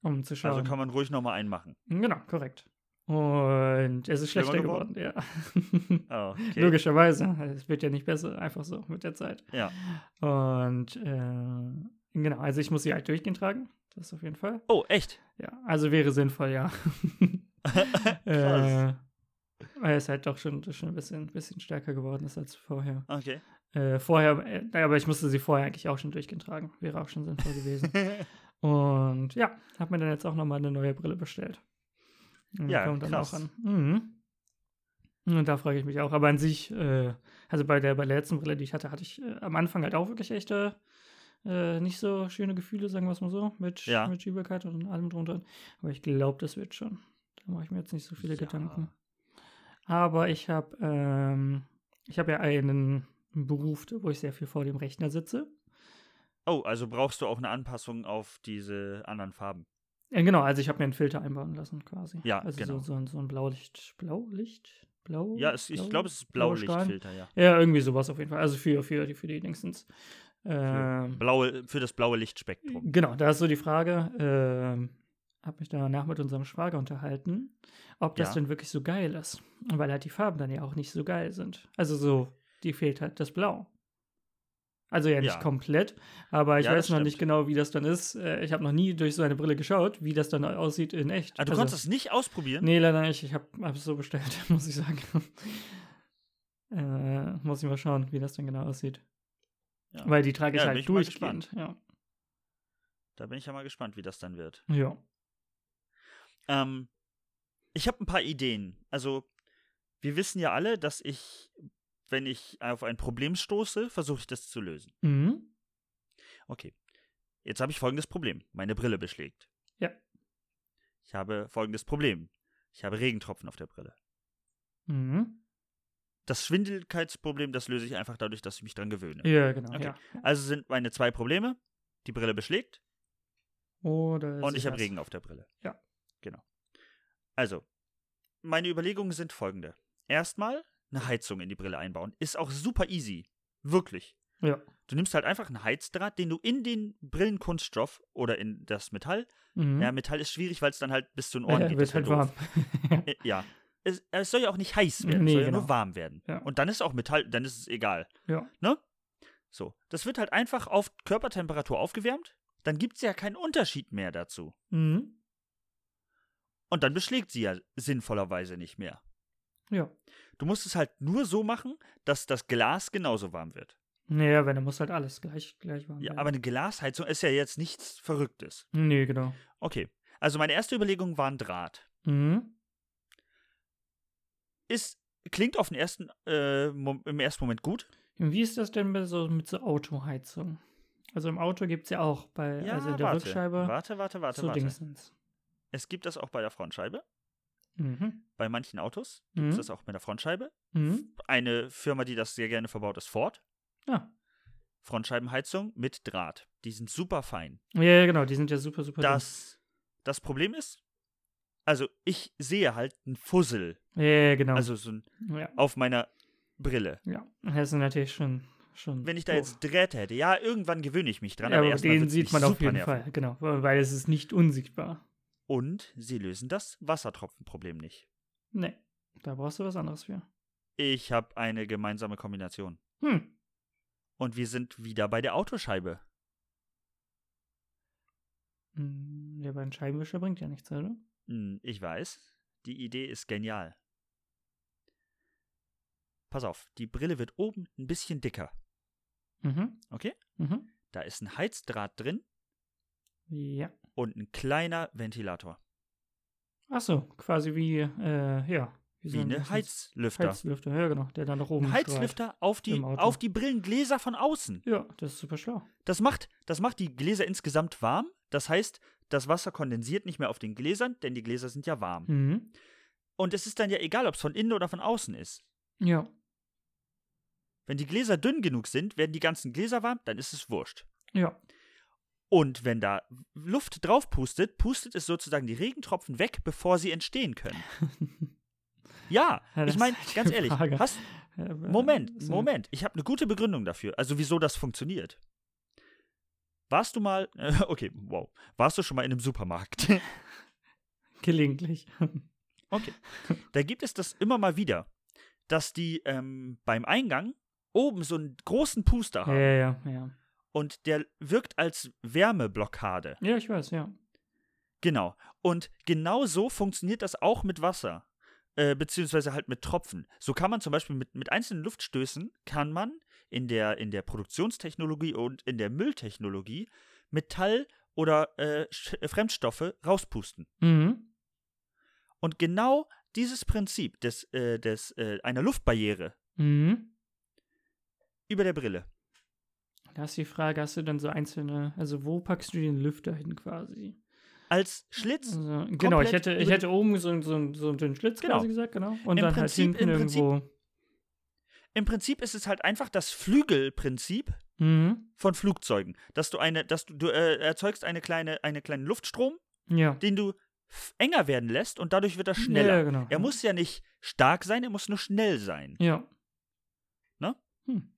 [SPEAKER 2] Um zu schauen.
[SPEAKER 1] Also kann man ruhig nochmal einen machen.
[SPEAKER 2] genau, korrekt. Und es ist
[SPEAKER 1] Schlimmer
[SPEAKER 2] schlechter geworden, ja. *laughs*
[SPEAKER 1] Oh, okay.
[SPEAKER 2] Logischerweise. Es wird ja nicht besser, einfach so mit der Zeit.
[SPEAKER 1] Ja.
[SPEAKER 2] Und äh, genau, also ich muss sie halt durchgehend tragen. Das auf jeden Fall.
[SPEAKER 1] Oh, echt?
[SPEAKER 2] Ja, also wäre sinnvoll, ja.
[SPEAKER 1] *laughs*
[SPEAKER 2] äh,
[SPEAKER 1] Krass.
[SPEAKER 2] weil es halt doch schon, schon ein bisschen, bisschen stärker geworden ist als vorher. *laughs*
[SPEAKER 1] Okay.
[SPEAKER 2] Äh, vorher, äh, naja, aber ich musste sie vorher eigentlich auch schon durchgehend tragen. Wäre auch schon sinnvoll gewesen. Und ja, habe mir dann jetzt auch nochmal eine neue Brille bestellt. Und die
[SPEAKER 1] Ja,
[SPEAKER 2] kommt dann
[SPEAKER 1] krass.
[SPEAKER 2] auch an. Mhm. Und da frage ich mich auch. Aber an sich, äh, also bei der, bei der letzten Brille, die ich hatte, hatte ich äh, am Anfang halt auch wirklich echte, äh, nicht so schöne Gefühle, sagen wir es mal so, mit,
[SPEAKER 1] Ja.
[SPEAKER 2] mit Übelkeit und allem drunter. Aber ich glaube, das wird schon. Da mache ich mir jetzt nicht so viele
[SPEAKER 1] Ja.
[SPEAKER 2] Gedanken. Aber ich habe ähm, ich habe ja einen Beruf, wo ich sehr viel vor dem Rechner sitze.
[SPEAKER 1] Oh, also brauchst du auch eine Anpassung auf diese anderen Farben.
[SPEAKER 2] Ja, genau, also ich habe mir einen Filter einbauen lassen quasi.
[SPEAKER 1] Ja,
[SPEAKER 2] also
[SPEAKER 1] genau.
[SPEAKER 2] So, so, ein, so ein Blaulicht, Blaulicht, Blau.
[SPEAKER 1] Ja, es, ich
[SPEAKER 2] Blau-
[SPEAKER 1] glaube, es ist
[SPEAKER 2] blauer Stein?
[SPEAKER 1] Blaulichtfilter, ja.
[SPEAKER 2] Ja, irgendwie sowas auf jeden Fall. Also für, für, die- für die Dingsens. Ähm,
[SPEAKER 1] Blaue, für das blaue Lichtspektrum.
[SPEAKER 2] Genau, da ist so die Frage. Ähm, habe mich danach mit unserem Schwager unterhalten, ob das
[SPEAKER 1] Ja.
[SPEAKER 2] denn wirklich so geil ist. Weil halt die Farben dann ja auch nicht so geil sind. Also so, die fehlt halt das Blau. Also ja nicht
[SPEAKER 1] Ja.
[SPEAKER 2] komplett, aber ich
[SPEAKER 1] Ja,
[SPEAKER 2] weiß
[SPEAKER 1] das
[SPEAKER 2] noch nicht
[SPEAKER 1] stimmt.
[SPEAKER 2] genau, wie das dann ist. Äh, Ich habe noch nie durch so eine Brille geschaut, wie das dann aussieht in echt.
[SPEAKER 1] Ah, du
[SPEAKER 2] Also-
[SPEAKER 1] konntest es nicht ausprobieren?
[SPEAKER 2] Nee, leider nicht. Ich habe es so bestellt, *laughs* muss ich sagen. Äh, muss ich mal schauen, wie das dann genau aussieht.
[SPEAKER 1] Ja.
[SPEAKER 2] Weil die trage ich
[SPEAKER 1] Ja, bin
[SPEAKER 2] halt
[SPEAKER 1] ich mal
[SPEAKER 2] durchgehend. Ja.
[SPEAKER 1] Da bin ich ja mal gespannt, wie das dann wird.
[SPEAKER 2] ja.
[SPEAKER 1] Ähm, ich habe ein paar Ideen. Also, wir wissen ja alle, dass ich, wenn ich auf ein Problem stoße, versuche ich das zu lösen.
[SPEAKER 2] Mhm.
[SPEAKER 1] Okay. Jetzt habe ich folgendes Problem. Meine Brille beschlägt.
[SPEAKER 2] Ja.
[SPEAKER 1] Ich habe folgendes Problem. Ich habe Regentropfen auf der Brille.
[SPEAKER 2] Mhm.
[SPEAKER 1] Das Schwindeligkeitsproblem, das löse ich einfach dadurch, dass ich mich dran gewöhne.
[SPEAKER 2] Ja, genau.
[SPEAKER 1] Okay.
[SPEAKER 2] Ja.
[SPEAKER 1] Also sind meine zwei Probleme, die Brille beschlägt
[SPEAKER 2] Oder
[SPEAKER 1] Und ich
[SPEAKER 2] sie
[SPEAKER 1] habe
[SPEAKER 2] was-
[SPEAKER 1] Regen auf der Brille.
[SPEAKER 2] Ja.
[SPEAKER 1] Genau. Also, meine Überlegungen sind folgende. Erstmal eine Heizung in die Brille einbauen. Ist auch super easy. Wirklich.
[SPEAKER 2] Ja.
[SPEAKER 1] Du nimmst halt einfach einen Heizdraht, den du in den Brillenkunststoff oder in das Metall.
[SPEAKER 2] Mhm. *laughs*
[SPEAKER 1] Ja, Metall ist schwierig, weil es dann halt bis zu den
[SPEAKER 2] Ja,
[SPEAKER 1] Ohren geht.
[SPEAKER 2] wird
[SPEAKER 1] Das
[SPEAKER 2] halt
[SPEAKER 1] wär
[SPEAKER 2] warm. *laughs*
[SPEAKER 1] doof. Äh, Ja. Es, es soll ja auch nicht heiß werden,
[SPEAKER 2] Nee,
[SPEAKER 1] es soll ja
[SPEAKER 2] genau.
[SPEAKER 1] nur warm werden.
[SPEAKER 2] Ja.
[SPEAKER 1] Und dann ist auch Metall, dann ist es egal.
[SPEAKER 2] ja.
[SPEAKER 1] So. Das wird halt einfach auf Körpertemperatur aufgewärmt. Dann gibt es ja keinen Unterschied mehr dazu.
[SPEAKER 2] Mhm.
[SPEAKER 1] Und dann beschlägt sie ja sinnvollerweise nicht mehr.
[SPEAKER 2] Ja.
[SPEAKER 1] Du musst es halt nur so machen, dass das Glas genauso warm wird.
[SPEAKER 2] Naja, wenn, dann muss halt alles gleich, gleich warm
[SPEAKER 1] Ja,
[SPEAKER 2] werden.
[SPEAKER 1] aber eine Glasheizung ist ja jetzt nichts Verrücktes.
[SPEAKER 2] Nee, genau.
[SPEAKER 1] Okay. Also meine erste Überlegung war ein Draht.
[SPEAKER 2] Mhm.
[SPEAKER 1] Ist, klingt auf den ersten, äh, Mom- im ersten Moment gut.
[SPEAKER 2] Und Wie ist das denn mit so, mit so Autoheizung? Also im Auto gibt es ja auch bei,
[SPEAKER 1] Ja,
[SPEAKER 2] also in der
[SPEAKER 1] warte.
[SPEAKER 2] Rückscheibe
[SPEAKER 1] Warte, warte, warte,
[SPEAKER 2] so
[SPEAKER 1] warte.
[SPEAKER 2] Dingsens.
[SPEAKER 1] Es gibt das auch bei der Frontscheibe.
[SPEAKER 2] Mhm.
[SPEAKER 1] Bei manchen Autos
[SPEAKER 2] Mhm.
[SPEAKER 1] ist das auch mit der Frontscheibe.
[SPEAKER 2] Mhm.
[SPEAKER 1] Eine Firma, die das sehr gerne verbaut, ist Ford.
[SPEAKER 2] Ja.
[SPEAKER 1] Frontscheibenheizung mit Draht. Die sind super fein.
[SPEAKER 2] Ja, ja, genau, die sind ja super, super.
[SPEAKER 1] Das, das Problem ist, also ich sehe halt einen Fussel,
[SPEAKER 2] Ja, genau.
[SPEAKER 1] also so ein,
[SPEAKER 2] ja.
[SPEAKER 1] auf meiner Brille.
[SPEAKER 2] ja, das ist natürlich schon. schon
[SPEAKER 1] Wenn ich da
[SPEAKER 2] doof.
[SPEAKER 1] jetzt Drähte hätte, ja, irgendwann gewöhne ich mich dran,
[SPEAKER 2] ja,
[SPEAKER 1] aber
[SPEAKER 2] aber
[SPEAKER 1] erstmal
[SPEAKER 2] den
[SPEAKER 1] wird's
[SPEAKER 2] sieht
[SPEAKER 1] mich
[SPEAKER 2] man auf
[SPEAKER 1] super
[SPEAKER 2] jeden
[SPEAKER 1] nerven.
[SPEAKER 2] Fall, genau. Weil es ist nicht unsichtbar.
[SPEAKER 1] Und sie lösen das Wassertropfenproblem nicht.
[SPEAKER 2] Nee, da brauchst du was anderes für.
[SPEAKER 1] Ich habe eine gemeinsame Kombination.
[SPEAKER 2] Hm.
[SPEAKER 1] Und wir sind wieder bei der Autoscheibe.
[SPEAKER 2] Hm, Der beiden Scheibenwischer bringt ja nichts, oder?
[SPEAKER 1] Hm, Ich weiß, die Idee ist genial. Pass auf, die Brille wird oben ein bisschen dicker.
[SPEAKER 2] Mhm.
[SPEAKER 1] Okay.
[SPEAKER 2] Mhm.
[SPEAKER 1] Da ist ein Heizdraht drin
[SPEAKER 2] Ja.
[SPEAKER 1] und ein kleiner Ventilator.
[SPEAKER 2] Achso, quasi wie, äh, ja. so
[SPEAKER 1] Wie
[SPEAKER 2] ein-
[SPEAKER 1] eine Heizlüfter.
[SPEAKER 2] Heizlüfter, ja genau, der dann nach oben
[SPEAKER 1] ein
[SPEAKER 2] strahlt.
[SPEAKER 1] Heizlüfter auf die,
[SPEAKER 2] im Auto.
[SPEAKER 1] auf die Brillengläser von außen.
[SPEAKER 2] Ja, das ist super schlau.
[SPEAKER 1] Das macht, das macht die Gläser insgesamt warm. Das heißt, das Wasser kondensiert nicht mehr auf den Gläsern, denn die Gläser sind ja warm.
[SPEAKER 2] Mhm.
[SPEAKER 1] Und es ist dann ja egal, ob es von innen oder von außen ist.
[SPEAKER 2] Ja,
[SPEAKER 1] Wenn die Gläser dünn genug sind, werden die ganzen Gläser warm, dann ist es wurscht.
[SPEAKER 2] ja.
[SPEAKER 1] Und wenn da Luft drauf pustet, pustet es sozusagen die Regentropfen weg, bevor sie entstehen
[SPEAKER 2] *laughs*
[SPEAKER 1] können. Ja,
[SPEAKER 2] Ja, das
[SPEAKER 1] ich meine,
[SPEAKER 2] ist halt die
[SPEAKER 1] ganz ehrlich,
[SPEAKER 2] Frage.
[SPEAKER 1] hast,
[SPEAKER 2] Äh,
[SPEAKER 1] Moment,
[SPEAKER 2] so-
[SPEAKER 1] Moment, ich habe eine gute Begründung dafür, also wieso das funktioniert. Warst du mal, *laughs* okay, wow, warst du schon mal in einem
[SPEAKER 2] *laughs*
[SPEAKER 1] Supermarkt?
[SPEAKER 2] Gelegentlich.
[SPEAKER 1] Okay. Da gibt es das immer mal wieder, dass die ähm, beim Eingang oben so einen großen Puster
[SPEAKER 2] Ja,
[SPEAKER 1] haben
[SPEAKER 2] ja, ja, ja.
[SPEAKER 1] und der wirkt als Wärmeblockade.
[SPEAKER 2] Ja, ich weiß, ja.
[SPEAKER 1] Genau. Und genau so funktioniert das auch mit Wasser. Äh, beziehungsweise halt mit Tropfen. So kann man zum Beispiel mit, mit einzelnen Luftstößen, kann man in der, in der Produktionstechnologie und in der Mülltechnologie Metall oder äh, Sch- äh, Fremdstoffe rauspusten.
[SPEAKER 2] Mhm.
[SPEAKER 1] Und genau dieses Prinzip des, äh, des, äh, einer Luftbarriere
[SPEAKER 2] Mhm.
[SPEAKER 1] über der Brille.
[SPEAKER 2] Da ist die Frage, hast du dann so einzelne, also wo packst du den Lüfter hin quasi?
[SPEAKER 1] Als Schlitz.
[SPEAKER 2] Also, genau, ich
[SPEAKER 1] komplett
[SPEAKER 2] hätte, ich
[SPEAKER 1] über-
[SPEAKER 2] hätte oben so, so, so den Schlitz
[SPEAKER 1] Genau.
[SPEAKER 2] quasi gesagt, genau. Und
[SPEAKER 1] Im
[SPEAKER 2] dann
[SPEAKER 1] Prinzip-
[SPEAKER 2] halt hinten
[SPEAKER 1] im Prinzip-
[SPEAKER 2] irgendwo.
[SPEAKER 1] Im Prinzip ist es halt einfach das Flügelprinzip
[SPEAKER 2] Mhm.
[SPEAKER 1] von Flugzeugen. Dass du eine, dass du, du äh, erzeugst eine kleine, einen kleinen Luftstrom,
[SPEAKER 2] Ja.
[SPEAKER 1] den du f- enger werden lässt und dadurch wird er schneller.
[SPEAKER 2] Ja, genau.
[SPEAKER 1] Er muss ja nicht stark sein, er muss nur schnell sein.
[SPEAKER 2] Ja.
[SPEAKER 1] Ne?
[SPEAKER 2] Hm.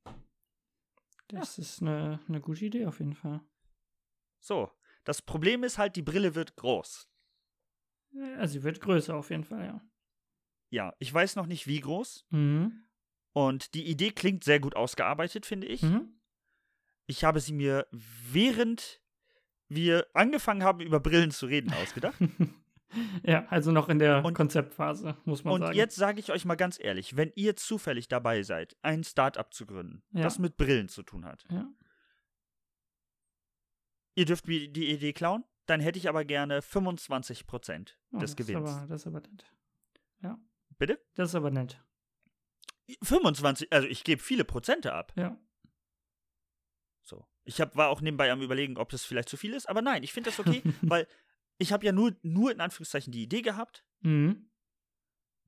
[SPEAKER 2] Das ist eine, eine gute Idee auf jeden Fall.
[SPEAKER 1] So. Das Problem ist halt, die Brille wird groß.
[SPEAKER 2] Also sie wird größer auf jeden Fall, ja.
[SPEAKER 1] Ja, ich weiß noch nicht, wie groß.
[SPEAKER 2] Mhm.
[SPEAKER 1] Und die Idee klingt sehr gut ausgearbeitet, finde ich.
[SPEAKER 2] Mhm. *laughs*
[SPEAKER 1] Ich habe sie mir, während wir angefangen haben, über Brillen zu reden, ausgedacht.
[SPEAKER 2] ja, also noch in der
[SPEAKER 1] Und-
[SPEAKER 2] Konzeptphase, muss man
[SPEAKER 1] Und
[SPEAKER 2] sagen.
[SPEAKER 1] jetzt sage ich euch mal ganz ehrlich, wenn ihr zufällig dabei seid, ein Startup zu gründen,
[SPEAKER 2] Ja.
[SPEAKER 1] das mit Brillen zu tun hat,
[SPEAKER 2] Ja.
[SPEAKER 1] ihr dürft mir die Idee klauen, dann hätte ich aber gerne 25%
[SPEAKER 2] Oh,
[SPEAKER 1] des
[SPEAKER 2] das, ist
[SPEAKER 1] Gewinns.
[SPEAKER 2] aber, das ist aber nett. Ja.
[SPEAKER 1] Bitte?
[SPEAKER 2] Das ist aber nett.
[SPEAKER 1] 25, also ich gebe viele Prozente ab.
[SPEAKER 2] Ja.
[SPEAKER 1] So. Ich hab, war auch nebenbei am überlegen, ob das vielleicht zu viel ist, aber nein, ich finde das
[SPEAKER 2] *laughs*
[SPEAKER 1] okay, weil ich habe ja nur, nur in Anführungszeichen die Idee gehabt
[SPEAKER 2] Mhm.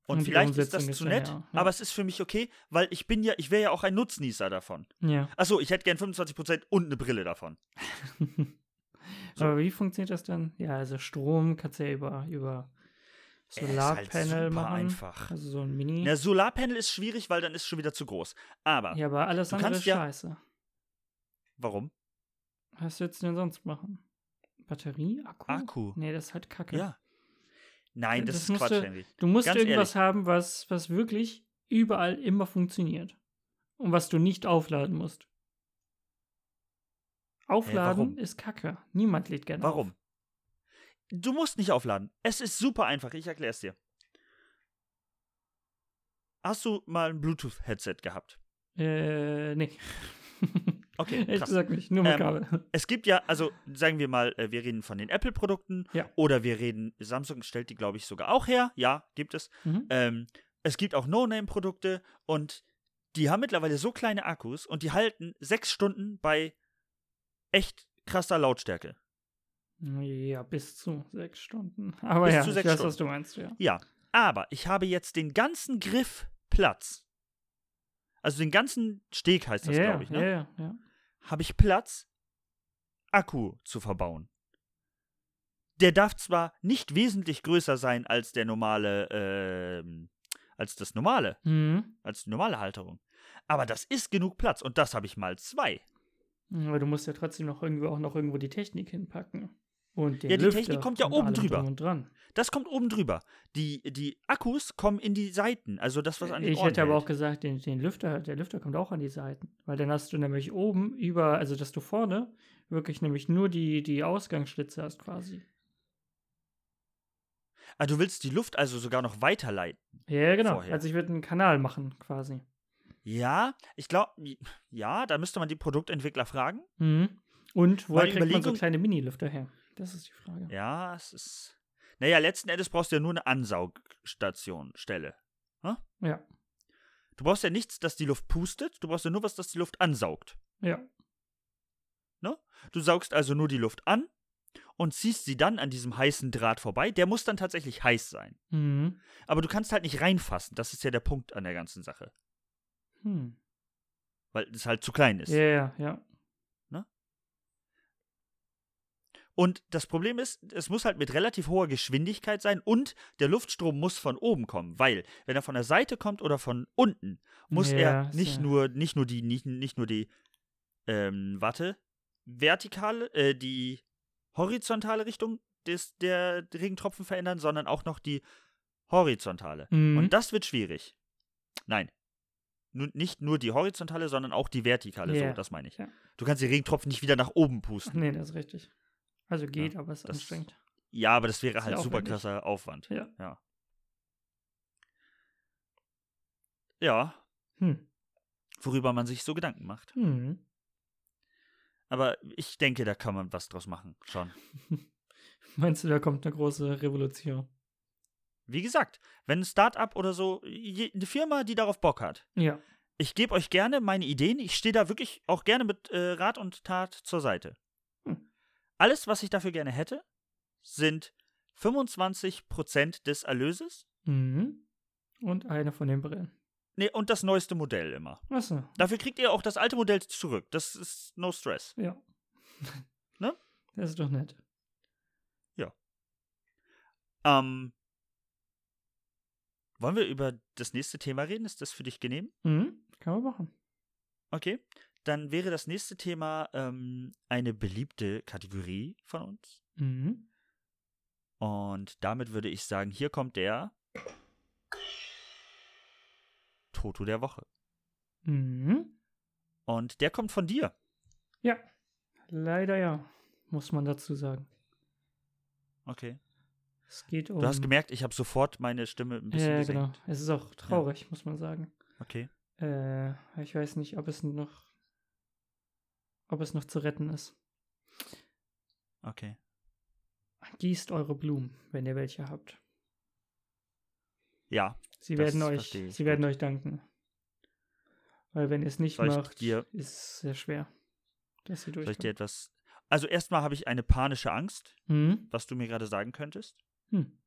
[SPEAKER 1] und,
[SPEAKER 2] Und die
[SPEAKER 1] vielleicht ist das
[SPEAKER 2] Umsetzung ist
[SPEAKER 1] zu
[SPEAKER 2] dann
[SPEAKER 1] nett,
[SPEAKER 2] ja- ja.
[SPEAKER 1] aber es ist für mich okay, weil ich bin ja, ich wäre ja auch ein Nutznießer davon.
[SPEAKER 2] Ja.
[SPEAKER 1] Achso, ich hätte gern 25% und eine Brille davon. So.
[SPEAKER 2] Aber wie funktioniert das dann? Ja, also Strom kannst du ja über, über
[SPEAKER 1] Ey, ist
[SPEAKER 2] Solarpanel
[SPEAKER 1] halt super
[SPEAKER 2] machen.
[SPEAKER 1] einfach.
[SPEAKER 2] Also so ein Mini.
[SPEAKER 1] Na, Solarpanel ist schwierig, weil dann ist schon wieder zu groß. Aber
[SPEAKER 2] ja, aber alles
[SPEAKER 1] Du
[SPEAKER 2] andere
[SPEAKER 1] kannst
[SPEAKER 2] ist
[SPEAKER 1] ja-
[SPEAKER 2] scheiße.
[SPEAKER 1] warum?
[SPEAKER 2] Was willst du denn sonst machen? Batterie? Akku?
[SPEAKER 1] Akku.
[SPEAKER 2] Nee, das ist halt kacke.
[SPEAKER 1] Ja. Nein, das,
[SPEAKER 2] Äh, Das
[SPEAKER 1] ist Quatsch,
[SPEAKER 2] musste-
[SPEAKER 1] Henry.
[SPEAKER 2] Du musst
[SPEAKER 1] Ganz
[SPEAKER 2] irgendwas haben, was, was wirklich überall immer funktioniert. Und was du nicht aufladen musst. Aufladen
[SPEAKER 1] warum?
[SPEAKER 2] ist kacke. Niemand lädt gerne
[SPEAKER 1] Warum?
[SPEAKER 2] auf.
[SPEAKER 1] Du musst nicht aufladen. Es ist super einfach. Ich erkläre es dir. Hast du mal ein Bluetooth-Headset gehabt?
[SPEAKER 2] Äh, nee.
[SPEAKER 1] *laughs* Okay,
[SPEAKER 2] *laughs* Ehrlich
[SPEAKER 1] krass.
[SPEAKER 2] gesagt nicht. Nur mit
[SPEAKER 1] Ähm,
[SPEAKER 2] Kabel.
[SPEAKER 1] Es gibt ja, also sagen wir mal, äh, wir reden von den Apple-Produkten
[SPEAKER 2] Ja.
[SPEAKER 1] oder wir reden, Samsung stellt die, glaube ich, sogar auch her. Ja, gibt es.
[SPEAKER 2] Mhm.
[SPEAKER 1] Ähm, es gibt auch No-Name-Produkte und die haben mittlerweile so kleine Akkus und die halten sechs Stunden bei echt krasser Lautstärke.
[SPEAKER 2] Ja, bis zu sechs Stunden. *laughs* Aber
[SPEAKER 1] Bis
[SPEAKER 2] ja,
[SPEAKER 1] zu
[SPEAKER 2] ich
[SPEAKER 1] sechs
[SPEAKER 2] weiß,
[SPEAKER 1] Stunden.
[SPEAKER 2] was du meinst, ja.
[SPEAKER 1] Ja, aber ich habe jetzt den ganzen Griff Platz. Also den ganzen Steg heißt das,
[SPEAKER 2] ja,
[SPEAKER 1] glaube ich, ne?
[SPEAKER 2] ja, ja, ja.
[SPEAKER 1] Habe ich Platz, Akku zu verbauen. der darf zwar nicht wesentlich größer sein als der normale, ähm, als das normale,
[SPEAKER 2] Mhm.
[SPEAKER 1] als die normale Halterung. Aber das ist genug Platz und das habe ich mal zwei.
[SPEAKER 2] Aber du musst ja trotzdem noch irgendwo auch noch irgendwo die Technik hinpacken. Und den
[SPEAKER 1] Ja, die
[SPEAKER 2] Lüfter
[SPEAKER 1] Technik kommt ja
[SPEAKER 2] und
[SPEAKER 1] oben
[SPEAKER 2] allem
[SPEAKER 1] drüber.
[SPEAKER 2] drum Und dran.
[SPEAKER 1] Das kommt oben drüber. Die, die Akkus kommen in die Seiten, also das, was an den
[SPEAKER 2] Äh, ich
[SPEAKER 1] Ohren
[SPEAKER 2] hätte aber
[SPEAKER 1] hält.
[SPEAKER 2] auch gesagt, den, den Lüfter, der Lüfter kommt auch an die Seiten. Weil dann hast du nämlich oben über, also dass du vorne wirklich nämlich nur die, die Ausgangsschlitze hast quasi.
[SPEAKER 1] Ah, du willst die Luft also sogar noch weiterleiten.
[SPEAKER 2] Ja, genau.
[SPEAKER 1] Vorher.
[SPEAKER 2] Also ich würde einen Kanal machen quasi.
[SPEAKER 1] Ja, ich glaube, ja, da müsste man die Produktentwickler fragen.
[SPEAKER 2] Mhm. Und woher
[SPEAKER 1] Meine
[SPEAKER 2] kriegt man so
[SPEAKER 1] Überlegung-
[SPEAKER 2] kleine Mini-Lüfter her? Das ist die Frage.
[SPEAKER 1] Ja, es ist. Naja, letzten Endes brauchst du ja nur eine Ansaugstation, Stelle. Hä?
[SPEAKER 2] Ja.
[SPEAKER 1] Du brauchst ja nichts, das die Luft pustet, du brauchst ja nur was, das die Luft ansaugt.
[SPEAKER 2] Ja.
[SPEAKER 1] Du saugst also nur die Luft an und ziehst sie dann an diesem heißen Draht vorbei. Der muss dann tatsächlich heiß sein.
[SPEAKER 2] Mhm.
[SPEAKER 1] Aber du kannst halt nicht reinfassen, das ist ja der Punkt an der ganzen Sache.
[SPEAKER 2] Hm.
[SPEAKER 1] Weil es halt zu klein ist.
[SPEAKER 2] Ja, ja, ja.
[SPEAKER 1] Und das Problem ist, es muss halt mit relativ hoher Geschwindigkeit sein und der Luftstrom muss von oben kommen, weil wenn er von der Seite kommt oder von unten, muss
[SPEAKER 2] Ja,
[SPEAKER 1] er nicht
[SPEAKER 2] sehr.
[SPEAKER 1] nur nicht nur die nicht, nicht nur die ähm, warte vertikale äh, die horizontale Richtung des der Regentropfen verändern, sondern auch noch die horizontale.
[SPEAKER 2] Mhm.
[SPEAKER 1] Und das wird schwierig. Nein. Nu- nicht nur die horizontale, sondern auch die vertikale,
[SPEAKER 2] Ja,
[SPEAKER 1] so, das meine ich.
[SPEAKER 2] ja. Mhm.
[SPEAKER 1] Du kannst die Regentropfen nicht wieder nach oben pusten.
[SPEAKER 2] *laughs* Nee, das ist richtig. Also geht, aber es ist
[SPEAKER 1] das-
[SPEAKER 2] anstrengend.
[SPEAKER 1] Ja, aber das wäre
[SPEAKER 2] Sehr
[SPEAKER 1] halt super
[SPEAKER 2] aufwendig.
[SPEAKER 1] krasser Aufwand.
[SPEAKER 2] Ja.
[SPEAKER 1] Ja. Ja,
[SPEAKER 2] Hm.
[SPEAKER 1] worüber man sich so Gedanken macht.
[SPEAKER 2] Hm.
[SPEAKER 1] Aber ich denke, da kann man was draus machen. Schon.
[SPEAKER 2] Meinst du, da kommt eine große Revolution?
[SPEAKER 1] Wie gesagt, wenn ein Start-up oder so, je, eine Firma, die darauf Bock hat,
[SPEAKER 2] Ja.
[SPEAKER 1] ich gebe euch gerne meine Ideen. Ich stehe da wirklich auch gerne mit äh, Rat und Tat zur Seite.
[SPEAKER 2] Hm.
[SPEAKER 1] Alles, was ich dafür gerne hätte, sind 25% des Erlöses
[SPEAKER 2] Mhm. Und eine von den Brillen.
[SPEAKER 1] nee, und das neueste Modell immer.
[SPEAKER 2] Achso,
[SPEAKER 1] Dafür kriegt ihr auch das alte Modell zurück. Das ist no stress.
[SPEAKER 2] ja.
[SPEAKER 1] *laughs* Ne?
[SPEAKER 2] Das ist doch nett.
[SPEAKER 1] Ähm, wollen wir über das nächste Thema reden? Ist das für dich genehm?
[SPEAKER 2] Mhm. Kann man machen.
[SPEAKER 1] Okay. Dann wäre das nächste Thema ähm, eine beliebte Kategorie von uns.
[SPEAKER 2] Mhm.
[SPEAKER 1] Und damit würde ich sagen, hier kommt der Toto der Woche.
[SPEAKER 2] Mhm.
[SPEAKER 1] Und der kommt von dir.
[SPEAKER 2] Ja. Leider ja, muss man dazu sagen.
[SPEAKER 1] Okay.
[SPEAKER 2] Es geht um.
[SPEAKER 1] Du hast gemerkt, ich habe sofort meine Stimme ein bisschen
[SPEAKER 2] Ja,
[SPEAKER 1] gesenkt.
[SPEAKER 2] genau. Es ist auch traurig, muss man sagen.
[SPEAKER 1] Okay.
[SPEAKER 2] Äh, ich weiß nicht, ob es noch, ob es noch zu retten ist.
[SPEAKER 1] Okay.
[SPEAKER 2] Gießt eure Blumen, wenn ihr welche habt.
[SPEAKER 1] Ja.
[SPEAKER 2] Sie
[SPEAKER 1] Das
[SPEAKER 2] werden euch,
[SPEAKER 1] verstehe ich
[SPEAKER 2] sie werden euch danken. Weil wenn ihr es nicht
[SPEAKER 1] Soll ich
[SPEAKER 2] macht,
[SPEAKER 1] dir-
[SPEAKER 2] ist es sehr schwer, dass sie
[SPEAKER 1] Soll ich
[SPEAKER 2] durchkommt.
[SPEAKER 1] dir etwas. Also, erstmal habe ich eine panische Angst,
[SPEAKER 2] hm?
[SPEAKER 1] was du mir gerade sagen könntest.
[SPEAKER 2] Hm.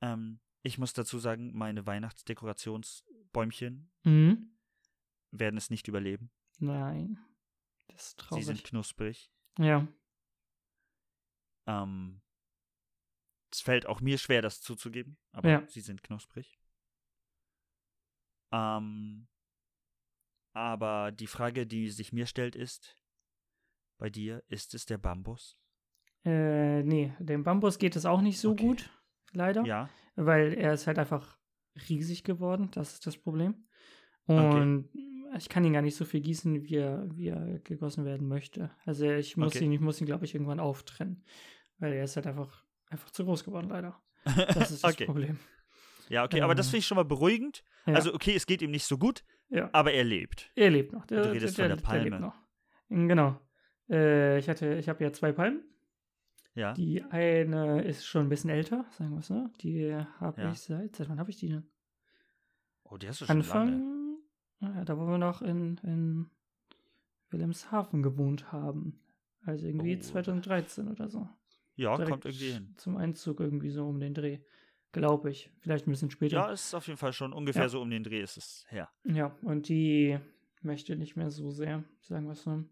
[SPEAKER 1] Ähm, ich muss dazu sagen, meine Weihnachtsdekorationsbäumchen
[SPEAKER 2] Hm?
[SPEAKER 1] werden es nicht überleben.
[SPEAKER 2] Nein. Das ist
[SPEAKER 1] Sie sind
[SPEAKER 2] traurig.
[SPEAKER 1] knusprig.
[SPEAKER 2] Ja.
[SPEAKER 1] Ähm, es fällt auch mir schwer, das zuzugeben, aber
[SPEAKER 2] Ja.
[SPEAKER 1] sie sind knusprig. Ähm, aber die Frage, die sich mir stellt, ist: Bei dir ist es der Bambus?
[SPEAKER 2] Äh, nee, dem Bambus geht es auch nicht so
[SPEAKER 1] Okay.
[SPEAKER 2] gut, leider.
[SPEAKER 1] Ja.
[SPEAKER 2] weil er ist halt einfach riesig geworden, das ist das Problem.
[SPEAKER 1] Okay.
[SPEAKER 2] Und ich kann ihn gar nicht so viel gießen, wie er, wie er gegossen werden möchte. Also ich muss
[SPEAKER 1] Okay.
[SPEAKER 2] ihn, ich muss ihn, glaube ich, irgendwann auftrennen. Weil er ist halt einfach, einfach zu groß
[SPEAKER 1] *laughs*
[SPEAKER 2] geworden, leider. Das ist das
[SPEAKER 1] Okay.
[SPEAKER 2] Problem.
[SPEAKER 1] Ja, okay, aber das
[SPEAKER 2] Ähm,
[SPEAKER 1] finde ich schon mal beruhigend.
[SPEAKER 2] Ja,
[SPEAKER 1] Also, okay, es geht ihm nicht so gut,
[SPEAKER 2] ja.
[SPEAKER 1] aber er lebt.
[SPEAKER 2] Er lebt noch. Der,
[SPEAKER 1] Du redest
[SPEAKER 2] der,
[SPEAKER 1] von der Palme.
[SPEAKER 2] lebt noch. Genau. Äh, ich hatte, ich habe ja zwei Palmen.
[SPEAKER 1] Ja.
[SPEAKER 2] Die eine ist schon ein bisschen älter, sagen wir es, ne? Die habe
[SPEAKER 1] Ja.
[SPEAKER 2] ich seit, seit wann habe ich die denn?
[SPEAKER 1] Oh, die hast du schon lange.
[SPEAKER 2] Anfang, ja, da wo wir noch in, in Wilhelmshaven gewohnt haben. Also irgendwie
[SPEAKER 1] Oh.
[SPEAKER 2] 2013 oder so.
[SPEAKER 1] Ja,
[SPEAKER 2] Direkt
[SPEAKER 1] kommt irgendwie hin.
[SPEAKER 2] Zum Einzug irgendwie so um den Dreh. Glaube ich. Vielleicht ein bisschen
[SPEAKER 1] Ja,
[SPEAKER 2] später.
[SPEAKER 1] es ist auf jeden Fall schon ungefähr
[SPEAKER 2] Ja.
[SPEAKER 1] so um den Dreh ist es her.
[SPEAKER 2] Ja, und die möchte nicht mehr so sehr, sagen wir es so.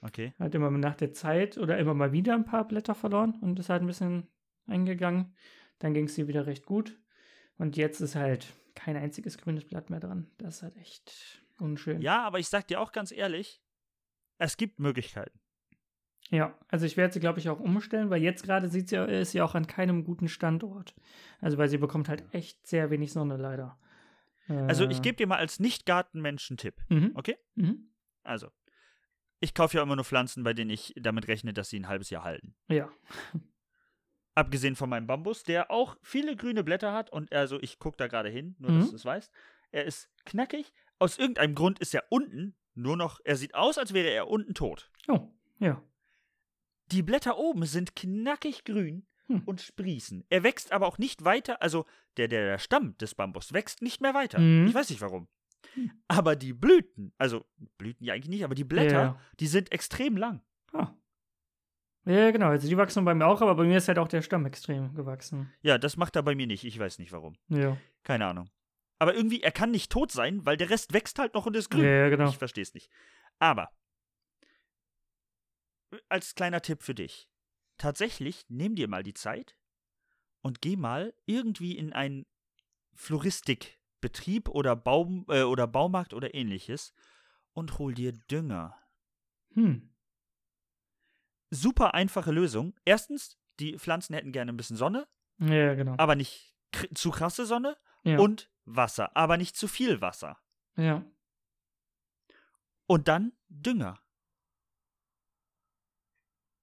[SPEAKER 1] Okay.
[SPEAKER 2] Hat immer nach der Zeit oder immer mal wieder ein paar Blätter verloren und ist halt ein bisschen eingegangen. Dann ging es dir wieder recht gut. Und jetzt ist halt kein einziges grünes Blatt mehr dran. Das ist halt echt unschön.
[SPEAKER 1] Ja, aber ich sag dir auch ganz ehrlich, es gibt Möglichkeiten.
[SPEAKER 2] Ja, also ich werde sie, glaube ich, auch umstellen, weil jetzt gerade sieht sie, äh, ist sie auch an keinem guten Standort. Also weil sie bekommt halt echt sehr wenig Sonne leider. Äh,
[SPEAKER 1] Also ich gebe dir mal als Nicht-Gartenmensch einen Tipp,
[SPEAKER 2] Mhm,
[SPEAKER 1] okay?
[SPEAKER 2] mhm.
[SPEAKER 1] Also, ich kaufe ja immer nur Pflanzen, bei denen ich damit rechne, dass sie ein halbes Jahr halten.
[SPEAKER 2] Ja.
[SPEAKER 1] Abgesehen von meinem Bambus, der auch viele grüne Blätter hat und also ich gucke da gerade hin, nur
[SPEAKER 2] Mhm.
[SPEAKER 1] dass du es weißt. Er ist knackig. Aus irgendeinem Grund ist er unten nur noch, er sieht aus, als wäre er unten tot.
[SPEAKER 2] Oh, ja.
[SPEAKER 1] Die Blätter oben sind knackig grün
[SPEAKER 2] Hm.
[SPEAKER 1] und sprießen. Er wächst aber auch nicht weiter, also der, der, der Stamm des Bambus wächst nicht mehr weiter.
[SPEAKER 2] Mhm. Hm.
[SPEAKER 1] Ich weiß nicht warum. Aber die Blüten, also Blüten ja eigentlich nicht, aber die Blätter,
[SPEAKER 2] Ja.
[SPEAKER 1] die sind extrem lang.
[SPEAKER 2] Ah. Ja, genau. Also die wachsen bei mir auch, aber bei mir ist halt auch der Stamm extrem gewachsen.
[SPEAKER 1] Ja, das macht er bei mir nicht. Ich weiß nicht warum.
[SPEAKER 2] Ja.
[SPEAKER 1] Keine Ahnung. Aber irgendwie, er kann nicht tot sein, weil der Rest wächst halt noch und ist grün.
[SPEAKER 2] Ja, genau.
[SPEAKER 1] Ich verstehe es nicht. Aber als kleiner Tipp für dich. Tatsächlich, nimm dir mal die Zeit und geh mal irgendwie in einen Floristikbetrieb oder, Baum, äh, oder Baumarkt oder ähnliches und hol dir Dünger.
[SPEAKER 2] Hm.
[SPEAKER 1] Super einfache Lösung. Erstens, die Pflanzen hätten gerne ein bisschen Sonne,
[SPEAKER 2] Ja, genau.
[SPEAKER 1] aber nicht kr zu krasse Sonne
[SPEAKER 2] Ja.
[SPEAKER 1] Ah, und Wasser, aber nicht zu viel Wasser.
[SPEAKER 2] ja.
[SPEAKER 1] Und dann Dünger.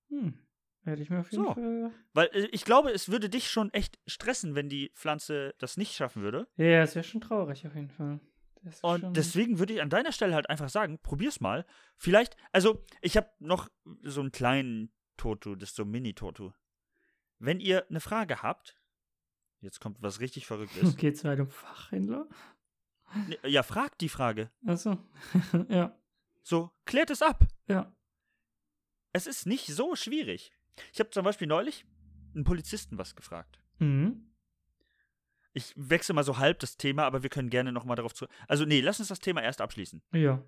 [SPEAKER 2] Hm. Werde ich mir auf jeden
[SPEAKER 1] So.
[SPEAKER 2] Fall.
[SPEAKER 1] Weil äh, ich glaube, es würde dich schon echt stressen, wenn die Pflanze das nicht schaffen würde.
[SPEAKER 2] Ja, es wäre schon traurig auf jeden Fall. Das ist
[SPEAKER 1] Und
[SPEAKER 2] schon- *laughs*
[SPEAKER 1] deswegen würde ich an deiner Stelle halt einfach sagen, probier's mal. Vielleicht, also ich habe noch so einen kleinen Toto, das ist so ein Mini-Toto. Wenn ihr eine Frage habt, jetzt kommt was richtig
[SPEAKER 2] *laughs*
[SPEAKER 1] Verrücktes.
[SPEAKER 2] Geht es halt um Fachhändler?
[SPEAKER 1] Ne, ja, fragt die Frage.
[SPEAKER 2] Achso. *laughs* ja.
[SPEAKER 1] So, klärt es ab.
[SPEAKER 2] Ja.
[SPEAKER 1] Es ist nicht so schwierig. Ich habe zum Beispiel neulich einen Polizisten was gefragt.
[SPEAKER 2] Mhm.
[SPEAKER 1] Ich wechsle mal so halb das Thema, aber wir können gerne nochmal darauf zu. Also, nee, lass uns das Thema erst abschließen.
[SPEAKER 2] Ja.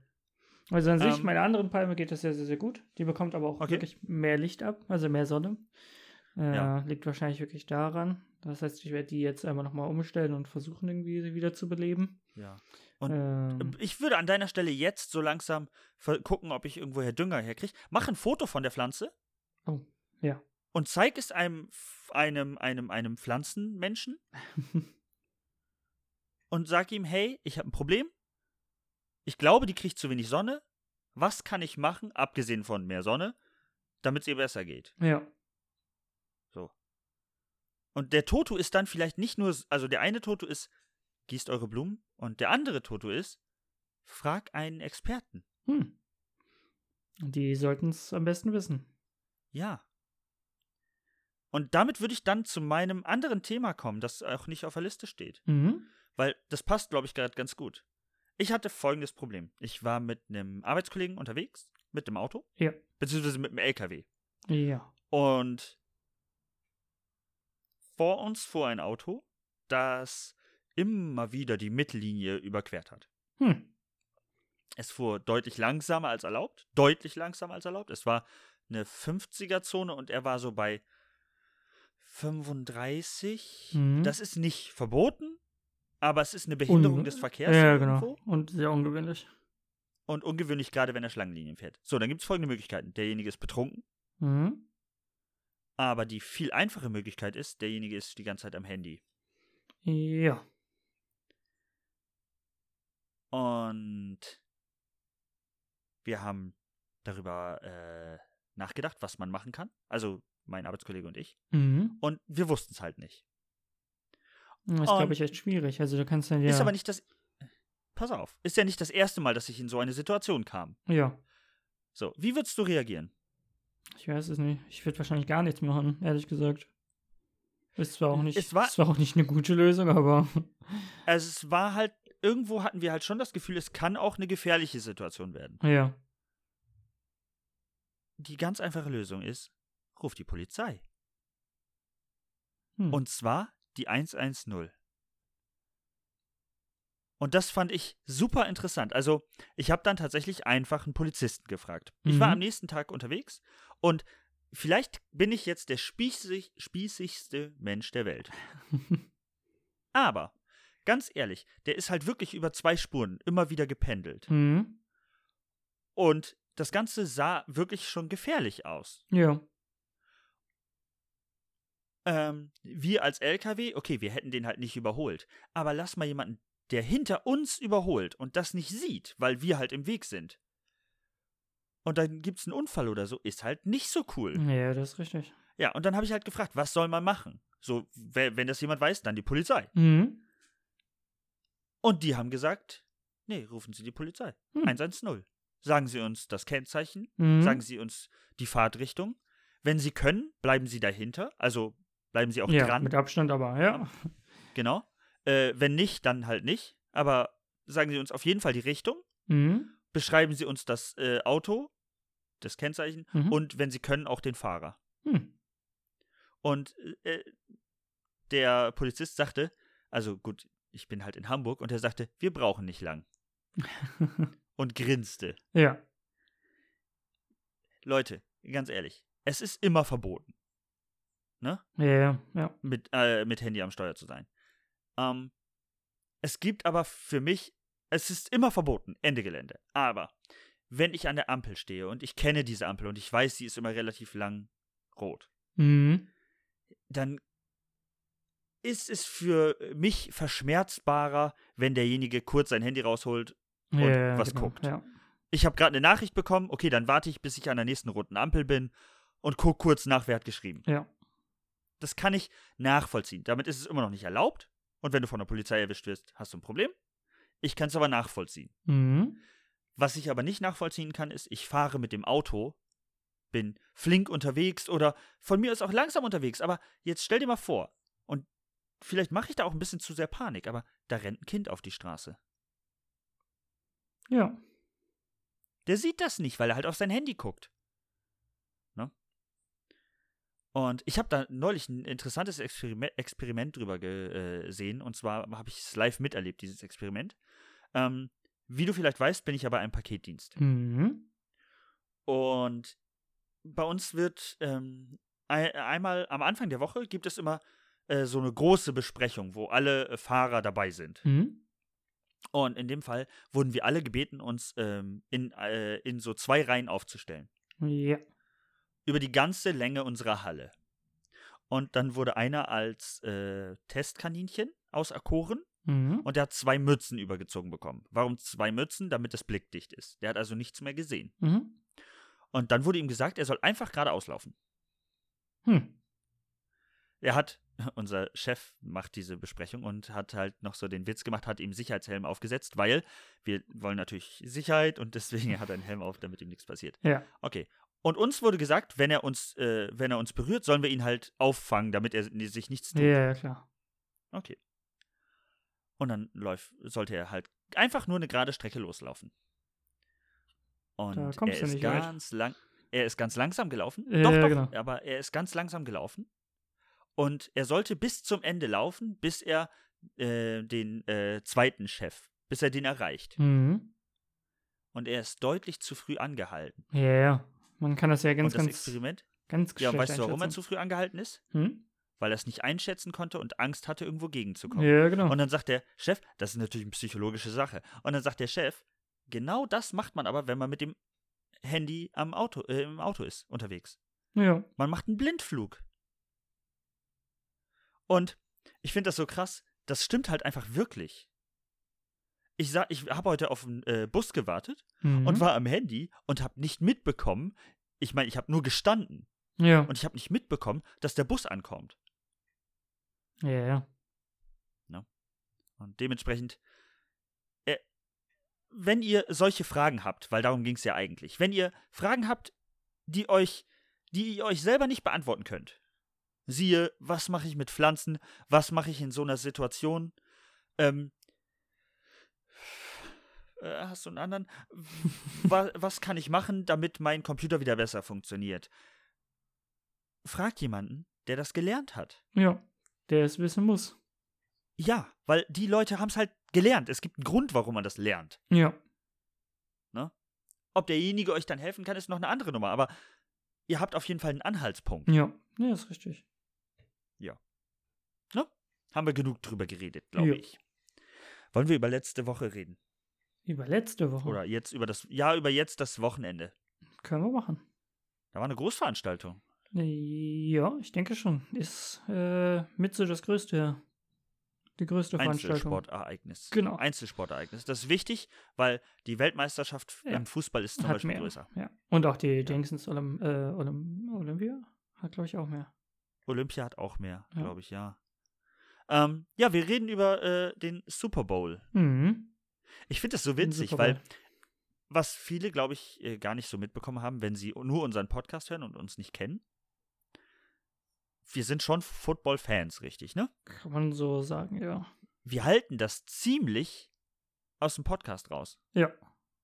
[SPEAKER 2] Also an sich,
[SPEAKER 1] Ähm.
[SPEAKER 2] meiner anderen Palme geht das sehr, sehr, sehr gut. Die bekommt aber auch
[SPEAKER 1] Okay.
[SPEAKER 2] wirklich mehr Licht ab, also mehr Sonne. Äh,
[SPEAKER 1] Ja.
[SPEAKER 2] Liegt wahrscheinlich wirklich daran. Das heißt, ich werde die jetzt einmal nochmal umstellen und versuchen, irgendwie sie wieder zu beleben.
[SPEAKER 1] Ja. Und äh,
[SPEAKER 2] ähm,
[SPEAKER 1] Ich würde an deiner Stelle jetzt so langsam ver- gucken, ob ich irgendwoher Dünger herkriege. Mach ein Foto von der Pflanze.
[SPEAKER 2] Oh, ja.
[SPEAKER 1] Und zeig es einem, F- einem, einem, einem
[SPEAKER 2] *laughs*
[SPEAKER 1] Pflanzenmenschen und sag ihm, hey, ich habe ein Problem. Ich glaube, die kriegt zu wenig Sonne. Was kann ich machen, abgesehen von mehr Sonne, damit es ihr besser geht?
[SPEAKER 2] ja.
[SPEAKER 1] Und der Toto ist dann vielleicht nicht nur, s- also der eine Toto ist, gießt eure Blumen. Und der andere Toto ist, frag einen Experten.
[SPEAKER 2] Hm. Die sollten es am besten wissen.
[SPEAKER 1] Ja. Und damit würde ich dann zu meinem anderen Thema kommen, das auch nicht auf der Liste steht.
[SPEAKER 2] Mhm.
[SPEAKER 1] Weil das passt, glaube ich, gerade ganz gut. Ich hatte folgendes Problem. Ich war mit einem Arbeitskollegen unterwegs, mit dem Auto.
[SPEAKER 2] Ja.
[SPEAKER 1] Beziehungsweise mit dem LKW.
[SPEAKER 2] Ja.
[SPEAKER 1] Und vor uns fuhr ein Auto, das immer wieder die Mittellinie überquert hat.
[SPEAKER 2] Hm.
[SPEAKER 1] Es fuhr deutlich langsamer als erlaubt. Deutlich langsamer als erlaubt. Es war eine 50er-Zone und er war so bei 35.
[SPEAKER 2] Mhm.
[SPEAKER 1] Das ist nicht verboten, aber es ist eine Behinderung
[SPEAKER 2] Un-
[SPEAKER 1] des Verkehrs.
[SPEAKER 2] Ja,
[SPEAKER 1] irgendwo
[SPEAKER 2] genau. Und sehr ungewöhnlich.
[SPEAKER 1] Und ungewöhnlich, gerade wenn er Schlangenlinien fährt. So, dann gibt es folgende Möglichkeiten. Derjenige ist betrunken,
[SPEAKER 2] Mhm.
[SPEAKER 1] aber die viel einfache Möglichkeit ist, derjenige ist die ganze Zeit am Handy.
[SPEAKER 2] Ja.
[SPEAKER 1] Und wir haben darüber äh, nachgedacht, was man machen kann. Also mein Arbeitskollege und ich.
[SPEAKER 2] Mhm.
[SPEAKER 1] Und wir wussten es halt nicht.
[SPEAKER 2] Das ist,
[SPEAKER 1] Und-
[SPEAKER 2] glaube ich, echt schwierig. Also, du kannst dann ja.
[SPEAKER 1] Ist aber nicht das. Pass auf. Ist ja nicht das erste Mal, dass ich in so eine Situation kam.
[SPEAKER 2] Ja.
[SPEAKER 1] So, wie würdest du reagieren?
[SPEAKER 2] Ich weiß es nicht. Ich würde wahrscheinlich gar nichts machen, ehrlich gesagt. Ist zwar auch nicht,
[SPEAKER 1] Es war-
[SPEAKER 2] ist zwar auch nicht eine gute Lösung, aber. *laughs*
[SPEAKER 1] Also, es war halt. Irgendwo hatten wir halt schon das Gefühl, es kann auch eine gefährliche Situation werden.
[SPEAKER 2] ja.
[SPEAKER 1] Die ganz einfache Lösung ist, ruf die Polizei.
[SPEAKER 2] Hm.
[SPEAKER 1] Und zwar die 110. Und das fand ich super interessant. Also, ich habe dann tatsächlich einfach einen Polizisten gefragt. Ich war
[SPEAKER 2] Mhm.
[SPEAKER 1] am nächsten Tag unterwegs und vielleicht bin ich jetzt der spießig, spießigste Mensch der Welt. Aber, ganz ehrlich, der ist halt wirklich über zwei Spuren immer wieder gependelt.
[SPEAKER 2] Mhm.
[SPEAKER 1] Und das Ganze sah wirklich schon gefährlich aus.
[SPEAKER 2] Ja.
[SPEAKER 1] ähm, wir als LKW, okay, wir hätten den halt nicht überholt. Aber lass mal jemanden, der hinter uns überholt und das nicht sieht, weil wir halt im Weg sind. Und dann gibt es einen Unfall oder so, ist halt nicht so cool.
[SPEAKER 2] Ja, das ist richtig.
[SPEAKER 1] Ja, und dann habe ich halt gefragt, was soll man machen? So, we- wenn das jemand weiß, dann die Polizei.
[SPEAKER 2] Mhm.
[SPEAKER 1] Und die haben gesagt, nee, rufen Sie die Polizei.
[SPEAKER 2] Hm.
[SPEAKER 1] 110. Sagen Sie uns das Kennzeichen,
[SPEAKER 2] Mhm.
[SPEAKER 1] sagen Sie uns die Fahrtrichtung. Wenn Sie können, bleiben Sie dahinter, also bleiben Sie auch
[SPEAKER 2] ja,
[SPEAKER 1] dran.
[SPEAKER 2] mit Abstand aber, ja.
[SPEAKER 1] Genau. Äh, wenn nicht, dann halt nicht. Aber sagen Sie uns auf jeden Fall die Richtung,
[SPEAKER 2] Mhm.
[SPEAKER 1] beschreiben Sie uns das äh, Auto, das Kennzeichen
[SPEAKER 2] Mhm.
[SPEAKER 1] und wenn Sie können, auch den Fahrer.
[SPEAKER 2] Hm.
[SPEAKER 1] Und äh, der Polizist sagte, also gut, ich bin halt in Hamburg und er sagte, wir brauchen nicht lang. und grinste.
[SPEAKER 2] Ja.
[SPEAKER 1] Leute, ganz ehrlich, es ist immer verboten,
[SPEAKER 2] Ja, ja, ja.
[SPEAKER 1] mit, äh, mit Handy am Steuer zu sein. Ähm, es gibt aber für mich, es ist immer verboten, Ende Gelände. Aber wenn ich an der Ampel stehe und ich kenne diese Ampel und ich weiß, sie ist immer relativ lang rot,
[SPEAKER 2] Mhm.
[SPEAKER 1] dann ist es für mich verschmerzbarer, wenn derjenige kurz sein Handy rausholt.
[SPEAKER 2] Ja,
[SPEAKER 1] Und
[SPEAKER 2] ja,
[SPEAKER 1] was
[SPEAKER 2] genau,
[SPEAKER 1] guckt.
[SPEAKER 2] Ja.
[SPEAKER 1] Ich habe gerade eine Nachricht bekommen, okay, dann warte ich, bis ich an der nächsten roten Ampel bin und guck kurz nach, wer hat geschrieben.
[SPEAKER 2] Ja.
[SPEAKER 1] Das kann ich nachvollziehen. Damit ist es immer noch nicht erlaubt. Und wenn du von der Polizei erwischt wirst, hast du ein Problem. Ich kann es aber nachvollziehen.
[SPEAKER 2] Mhm.
[SPEAKER 1] Was ich aber nicht nachvollziehen kann, ist, ich fahre mit dem Auto, bin flink unterwegs oder von mir ist auch langsam unterwegs, aber jetzt stell dir mal vor, und vielleicht mache ich da auch ein bisschen zu sehr Panik, aber da rennt ein Kind auf die Straße.
[SPEAKER 2] Ja.
[SPEAKER 1] Der sieht das nicht, weil er halt auf sein Handy guckt. Ne? Und ich habe da neulich ein interessantes Experiment, Experiment drüber ge- äh, gesehen. Und zwar habe ich es live miterlebt, dieses Experiment. Ähm, wie du vielleicht weißt, bin ich ja bei einem Paketdienst.
[SPEAKER 2] Mhm.
[SPEAKER 1] Und bei uns wird ähm, ei- einmal am Anfang der Woche gibt es immer äh, so eine große Besprechung, wo alle äh, Fahrer dabei sind.
[SPEAKER 2] Mhm.
[SPEAKER 1] Und in dem Fall wurden wir alle gebeten, uns ähm, in, äh, in so zwei Reihen aufzustellen.
[SPEAKER 2] Ja.
[SPEAKER 1] Über die ganze Länge unserer Halle. Und dann wurde einer als äh, Testkaninchen auserkoren
[SPEAKER 2] Mhm.
[SPEAKER 1] und der hat zwei Mützen übergezogen bekommen. Warum zwei Mützen? Damit das blickdicht ist. Der hat also nichts mehr gesehen.
[SPEAKER 2] Mhm.
[SPEAKER 1] Und dann wurde ihm gesagt, er soll einfach geradeaus laufen.
[SPEAKER 2] Hm.
[SPEAKER 1] Er hat, *laughs* unser Chef macht diese Besprechung und hat halt noch so den Witz gemacht, hat ihm Sicherheitshelm aufgesetzt, weil wir wollen natürlich Sicherheit und deswegen hat er einen Helm auf, damit ihm nichts passiert.
[SPEAKER 2] Ja.
[SPEAKER 1] Okay. Und uns wurde gesagt, wenn er uns, äh, wenn er uns berührt, sollen wir ihn halt auffangen, damit er sich nichts
[SPEAKER 2] Ja,
[SPEAKER 1] tut.
[SPEAKER 2] ja, klar.
[SPEAKER 1] Okay. Und dann läuft, sollte er halt einfach nur eine gerade Strecke loslaufen. Und
[SPEAKER 2] Da kommst
[SPEAKER 1] er
[SPEAKER 2] du
[SPEAKER 1] ist
[SPEAKER 2] nicht weit.
[SPEAKER 1] ganz lang, er ist ganz langsam gelaufen.
[SPEAKER 2] Ja,
[SPEAKER 1] doch,
[SPEAKER 2] ja,
[SPEAKER 1] doch,
[SPEAKER 2] genau.
[SPEAKER 1] aber er ist ganz langsam gelaufen. Und er sollte bis zum Ende laufen, bis er äh, den äh, zweiten Chef, bis er den erreicht.
[SPEAKER 2] Mhm.
[SPEAKER 1] Und er ist deutlich zu früh angehalten.
[SPEAKER 2] Ja, ja. Man kann das ja ganz,
[SPEAKER 1] und das
[SPEAKER 2] ganz,
[SPEAKER 1] Experiment,
[SPEAKER 2] ganz
[SPEAKER 1] ja, und
[SPEAKER 2] geschlecht
[SPEAKER 1] weißt du, warum er
[SPEAKER 2] einschätzen.
[SPEAKER 1] zu früh angehalten ist?
[SPEAKER 2] Hm?
[SPEAKER 1] Weil er es nicht einschätzen konnte und Angst hatte, irgendwo gegenzukommen.
[SPEAKER 2] Ja, genau.
[SPEAKER 1] Und dann sagt der Chef, das ist natürlich eine psychologische Sache. Und dann sagt der Chef, genau das macht man aber, wenn man mit dem Handy am Auto, äh, im Auto ist, unterwegs.
[SPEAKER 2] ja.
[SPEAKER 1] Man macht einen Blindflug. Und ich finde das so krass, das stimmt halt einfach wirklich. Ich, sa- ich habe heute auf den äh, Bus gewartet
[SPEAKER 2] Mhm.
[SPEAKER 1] und war am Handy und habe nicht mitbekommen, ich meine, ich habe nur gestanden
[SPEAKER 2] ja.
[SPEAKER 1] und ich habe nicht mitbekommen, dass der Bus ankommt.
[SPEAKER 2] ja, ja.
[SPEAKER 1] Und dementsprechend, äh, wenn ihr solche Fragen habt, weil darum ging es ja eigentlich, wenn ihr Fragen habt, die euch, die ihr euch selber nicht beantworten könnt, siehe, was mache ich mit Pflanzen, was mache ich in so einer Situation, ähm, äh, Hast du einen anderen? was, was kann ich machen, damit mein Computer wieder besser funktioniert? Fragt jemanden, der das gelernt hat.
[SPEAKER 2] Ja. Der es wissen muss.
[SPEAKER 1] Ja, weil die Leute haben es halt gelernt. Es gibt einen Grund, warum man das lernt.
[SPEAKER 2] Ja.
[SPEAKER 1] Ob derjenige euch dann helfen kann, ist noch eine andere Nummer. Aber ihr habt auf jeden Fall einen Anhaltspunkt.
[SPEAKER 2] Ja. Ja, ist richtig.
[SPEAKER 1] Haben wir genug drüber geredet, glaube
[SPEAKER 2] Ja.
[SPEAKER 1] ich. Wollen wir über letzte Woche reden?
[SPEAKER 2] Über letzte Woche.
[SPEAKER 1] Oder jetzt über das, ja, über jetzt das Wochenende.
[SPEAKER 2] Können wir machen. Äh,
[SPEAKER 1] Da war eine Großveranstaltung.
[SPEAKER 2] Ja, ich denke schon. Ist äh, mit so das größte, die größte Veranstaltung.
[SPEAKER 1] Einzelsportereignis.
[SPEAKER 2] Genau.
[SPEAKER 1] Einzelsportereignis. Das ist wichtig, weil die Weltmeisterschaft
[SPEAKER 2] Ja.
[SPEAKER 1] im Fußball ist zum
[SPEAKER 2] Hat
[SPEAKER 1] Beispiel
[SPEAKER 2] mehr.
[SPEAKER 1] größer.
[SPEAKER 2] Ja. Und auch die Dingsens Olymp äh, Olymp Olympia hat, glaube ich, auch mehr.
[SPEAKER 1] Olympia hat auch mehr,
[SPEAKER 2] Ja.
[SPEAKER 1] glaube ich, ja. Ähm, ja, wir reden über äh, den Super Bowl.
[SPEAKER 2] Mhm.
[SPEAKER 1] Ich finde das so
[SPEAKER 2] Den
[SPEAKER 1] witzig,
[SPEAKER 2] Super
[SPEAKER 1] weil
[SPEAKER 2] Bowl.
[SPEAKER 1] was viele, glaube ich, äh, gar nicht so mitbekommen haben, wenn sie nur unseren Podcast hören und uns nicht kennen. Wir sind schon Football-Fans, richtig, ne?
[SPEAKER 2] Kann man so sagen, ja.
[SPEAKER 1] Wir halten das ziemlich aus dem Podcast raus.
[SPEAKER 2] Ja.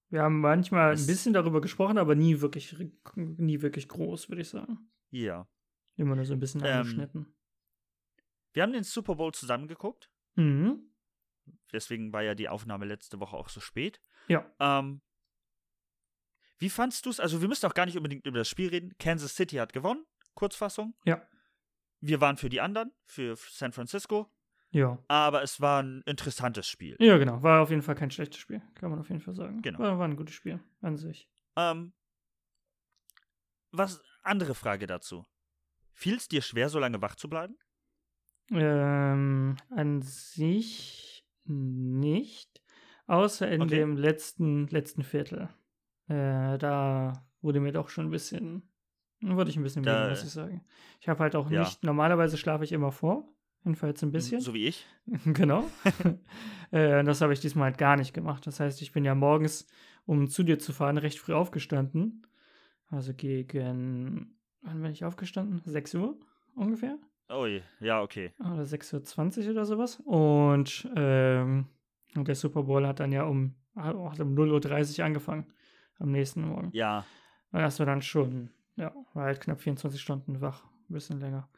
[SPEAKER 2] Wir haben manchmal
[SPEAKER 1] Es-
[SPEAKER 2] ein bisschen darüber gesprochen, aber nie wirklich, nie wirklich groß, würde ich sagen.
[SPEAKER 1] Ja.
[SPEAKER 2] Immer nur so ein bisschen
[SPEAKER 1] Ähm.
[SPEAKER 2] angeschnitten.
[SPEAKER 1] Wir haben den Super Bowl zusammengeguckt.
[SPEAKER 2] Mhm.
[SPEAKER 1] Deswegen war ja die Aufnahme letzte Woche auch so spät.
[SPEAKER 2] Ja.
[SPEAKER 1] Ähm, wie fandst du es? Also, wir müssen auch gar nicht unbedingt über das Spiel reden. Kansas City hat gewonnen. Kurzfassung.
[SPEAKER 2] Ja.
[SPEAKER 1] Wir waren für die anderen, für San Francisco.
[SPEAKER 2] Ja.
[SPEAKER 1] Aber es war ein interessantes Spiel.
[SPEAKER 2] Ja, genau. War auf jeden Fall kein schlechtes Spiel. Kann man auf jeden Fall sagen.
[SPEAKER 1] Genau.
[SPEAKER 2] War, war ein gutes Spiel an sich.
[SPEAKER 1] Ähm, was, andere Frage dazu. Fiel es dir schwer, so lange wach zu bleiben?
[SPEAKER 2] Ähm, an sich nicht. Außer in
[SPEAKER 1] Okay.
[SPEAKER 2] dem letzten, letzten Viertel. Äh, da wurde mir doch schon ein bisschen, wurde ich ein bisschen
[SPEAKER 1] Da-
[SPEAKER 2] müde, muss ich sagen. Ich habe halt auch
[SPEAKER 1] Ja. Mhm,
[SPEAKER 2] nicht, normalerweise schlafe ich immer vor. Jedenfalls ein bisschen.
[SPEAKER 1] So wie ich?
[SPEAKER 2] *laughs* Genau. äh, und das habe ich diesmal halt gar nicht gemacht. Das heißt, ich bin ja morgens, um zu dir zu fahren, recht früh aufgestanden. Also gegen, wann bin ich aufgestanden? 6 Uhr ungefähr.
[SPEAKER 1] Oh, je. ja, okay.
[SPEAKER 2] Oder 6.20 Uhr oder sowas. Und, ähm, und der Super Bowl hat dann ja um, hat um 0.30 Uhr angefangen. Am nächsten Morgen.
[SPEAKER 1] Ja,
[SPEAKER 2] Und das war dann schon, ja, war halt knapp 24 Stunden wach. Ein bisschen länger.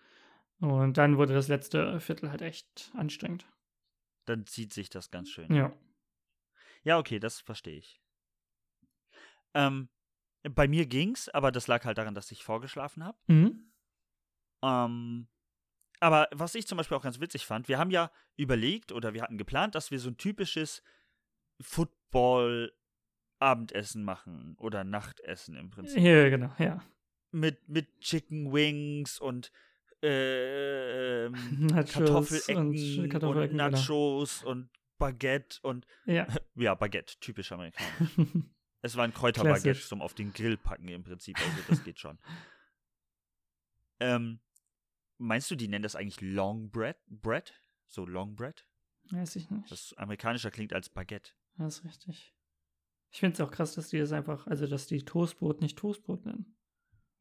[SPEAKER 2] Und dann wurde das letzte Viertel halt echt anstrengend.
[SPEAKER 1] dann zieht sich das ganz schön.
[SPEAKER 2] Ja.
[SPEAKER 1] Ja, okay, das verstehe ich. Ähm, bei mir ging's, aber das lag halt daran, dass ich vorgeschlafen habe.
[SPEAKER 2] Mhm.
[SPEAKER 1] Ähm, aber was ich zum Beispiel auch ganz witzig fand, wir haben ja überlegt oder wir hatten geplant, dass wir so ein typisches Football-Abendessen machen oder Nachtessen im Prinzip.
[SPEAKER 2] Ja, genau, ja. *laughs*
[SPEAKER 1] Mit, mit Chicken Wings und äh, ähm,
[SPEAKER 2] Nachos
[SPEAKER 1] Kartoffelecken
[SPEAKER 2] und
[SPEAKER 1] und,
[SPEAKER 2] Sch- Kartoffelecken, genau.
[SPEAKER 1] Nachos und Baguette und *laughs*
[SPEAKER 2] Ja. *laughs*
[SPEAKER 1] ja, Baguette, typisch amerikanisch. Es war ein Kräuterbaguette
[SPEAKER 2] Klassisch.
[SPEAKER 1] zum auf den Grill packen im Prinzip, also das geht
[SPEAKER 2] *laughs*
[SPEAKER 1] schon. ähm, meinst du, die nennen das eigentlich Long Bread? Bread? So Long Bread?
[SPEAKER 2] Weiß ich nicht.
[SPEAKER 1] Das amerikanischer klingt als Baguette.
[SPEAKER 2] Das ist richtig. Ich finde es auch krass, dass die das einfach, also dass die Toastbrot nicht Toastbrot nennen.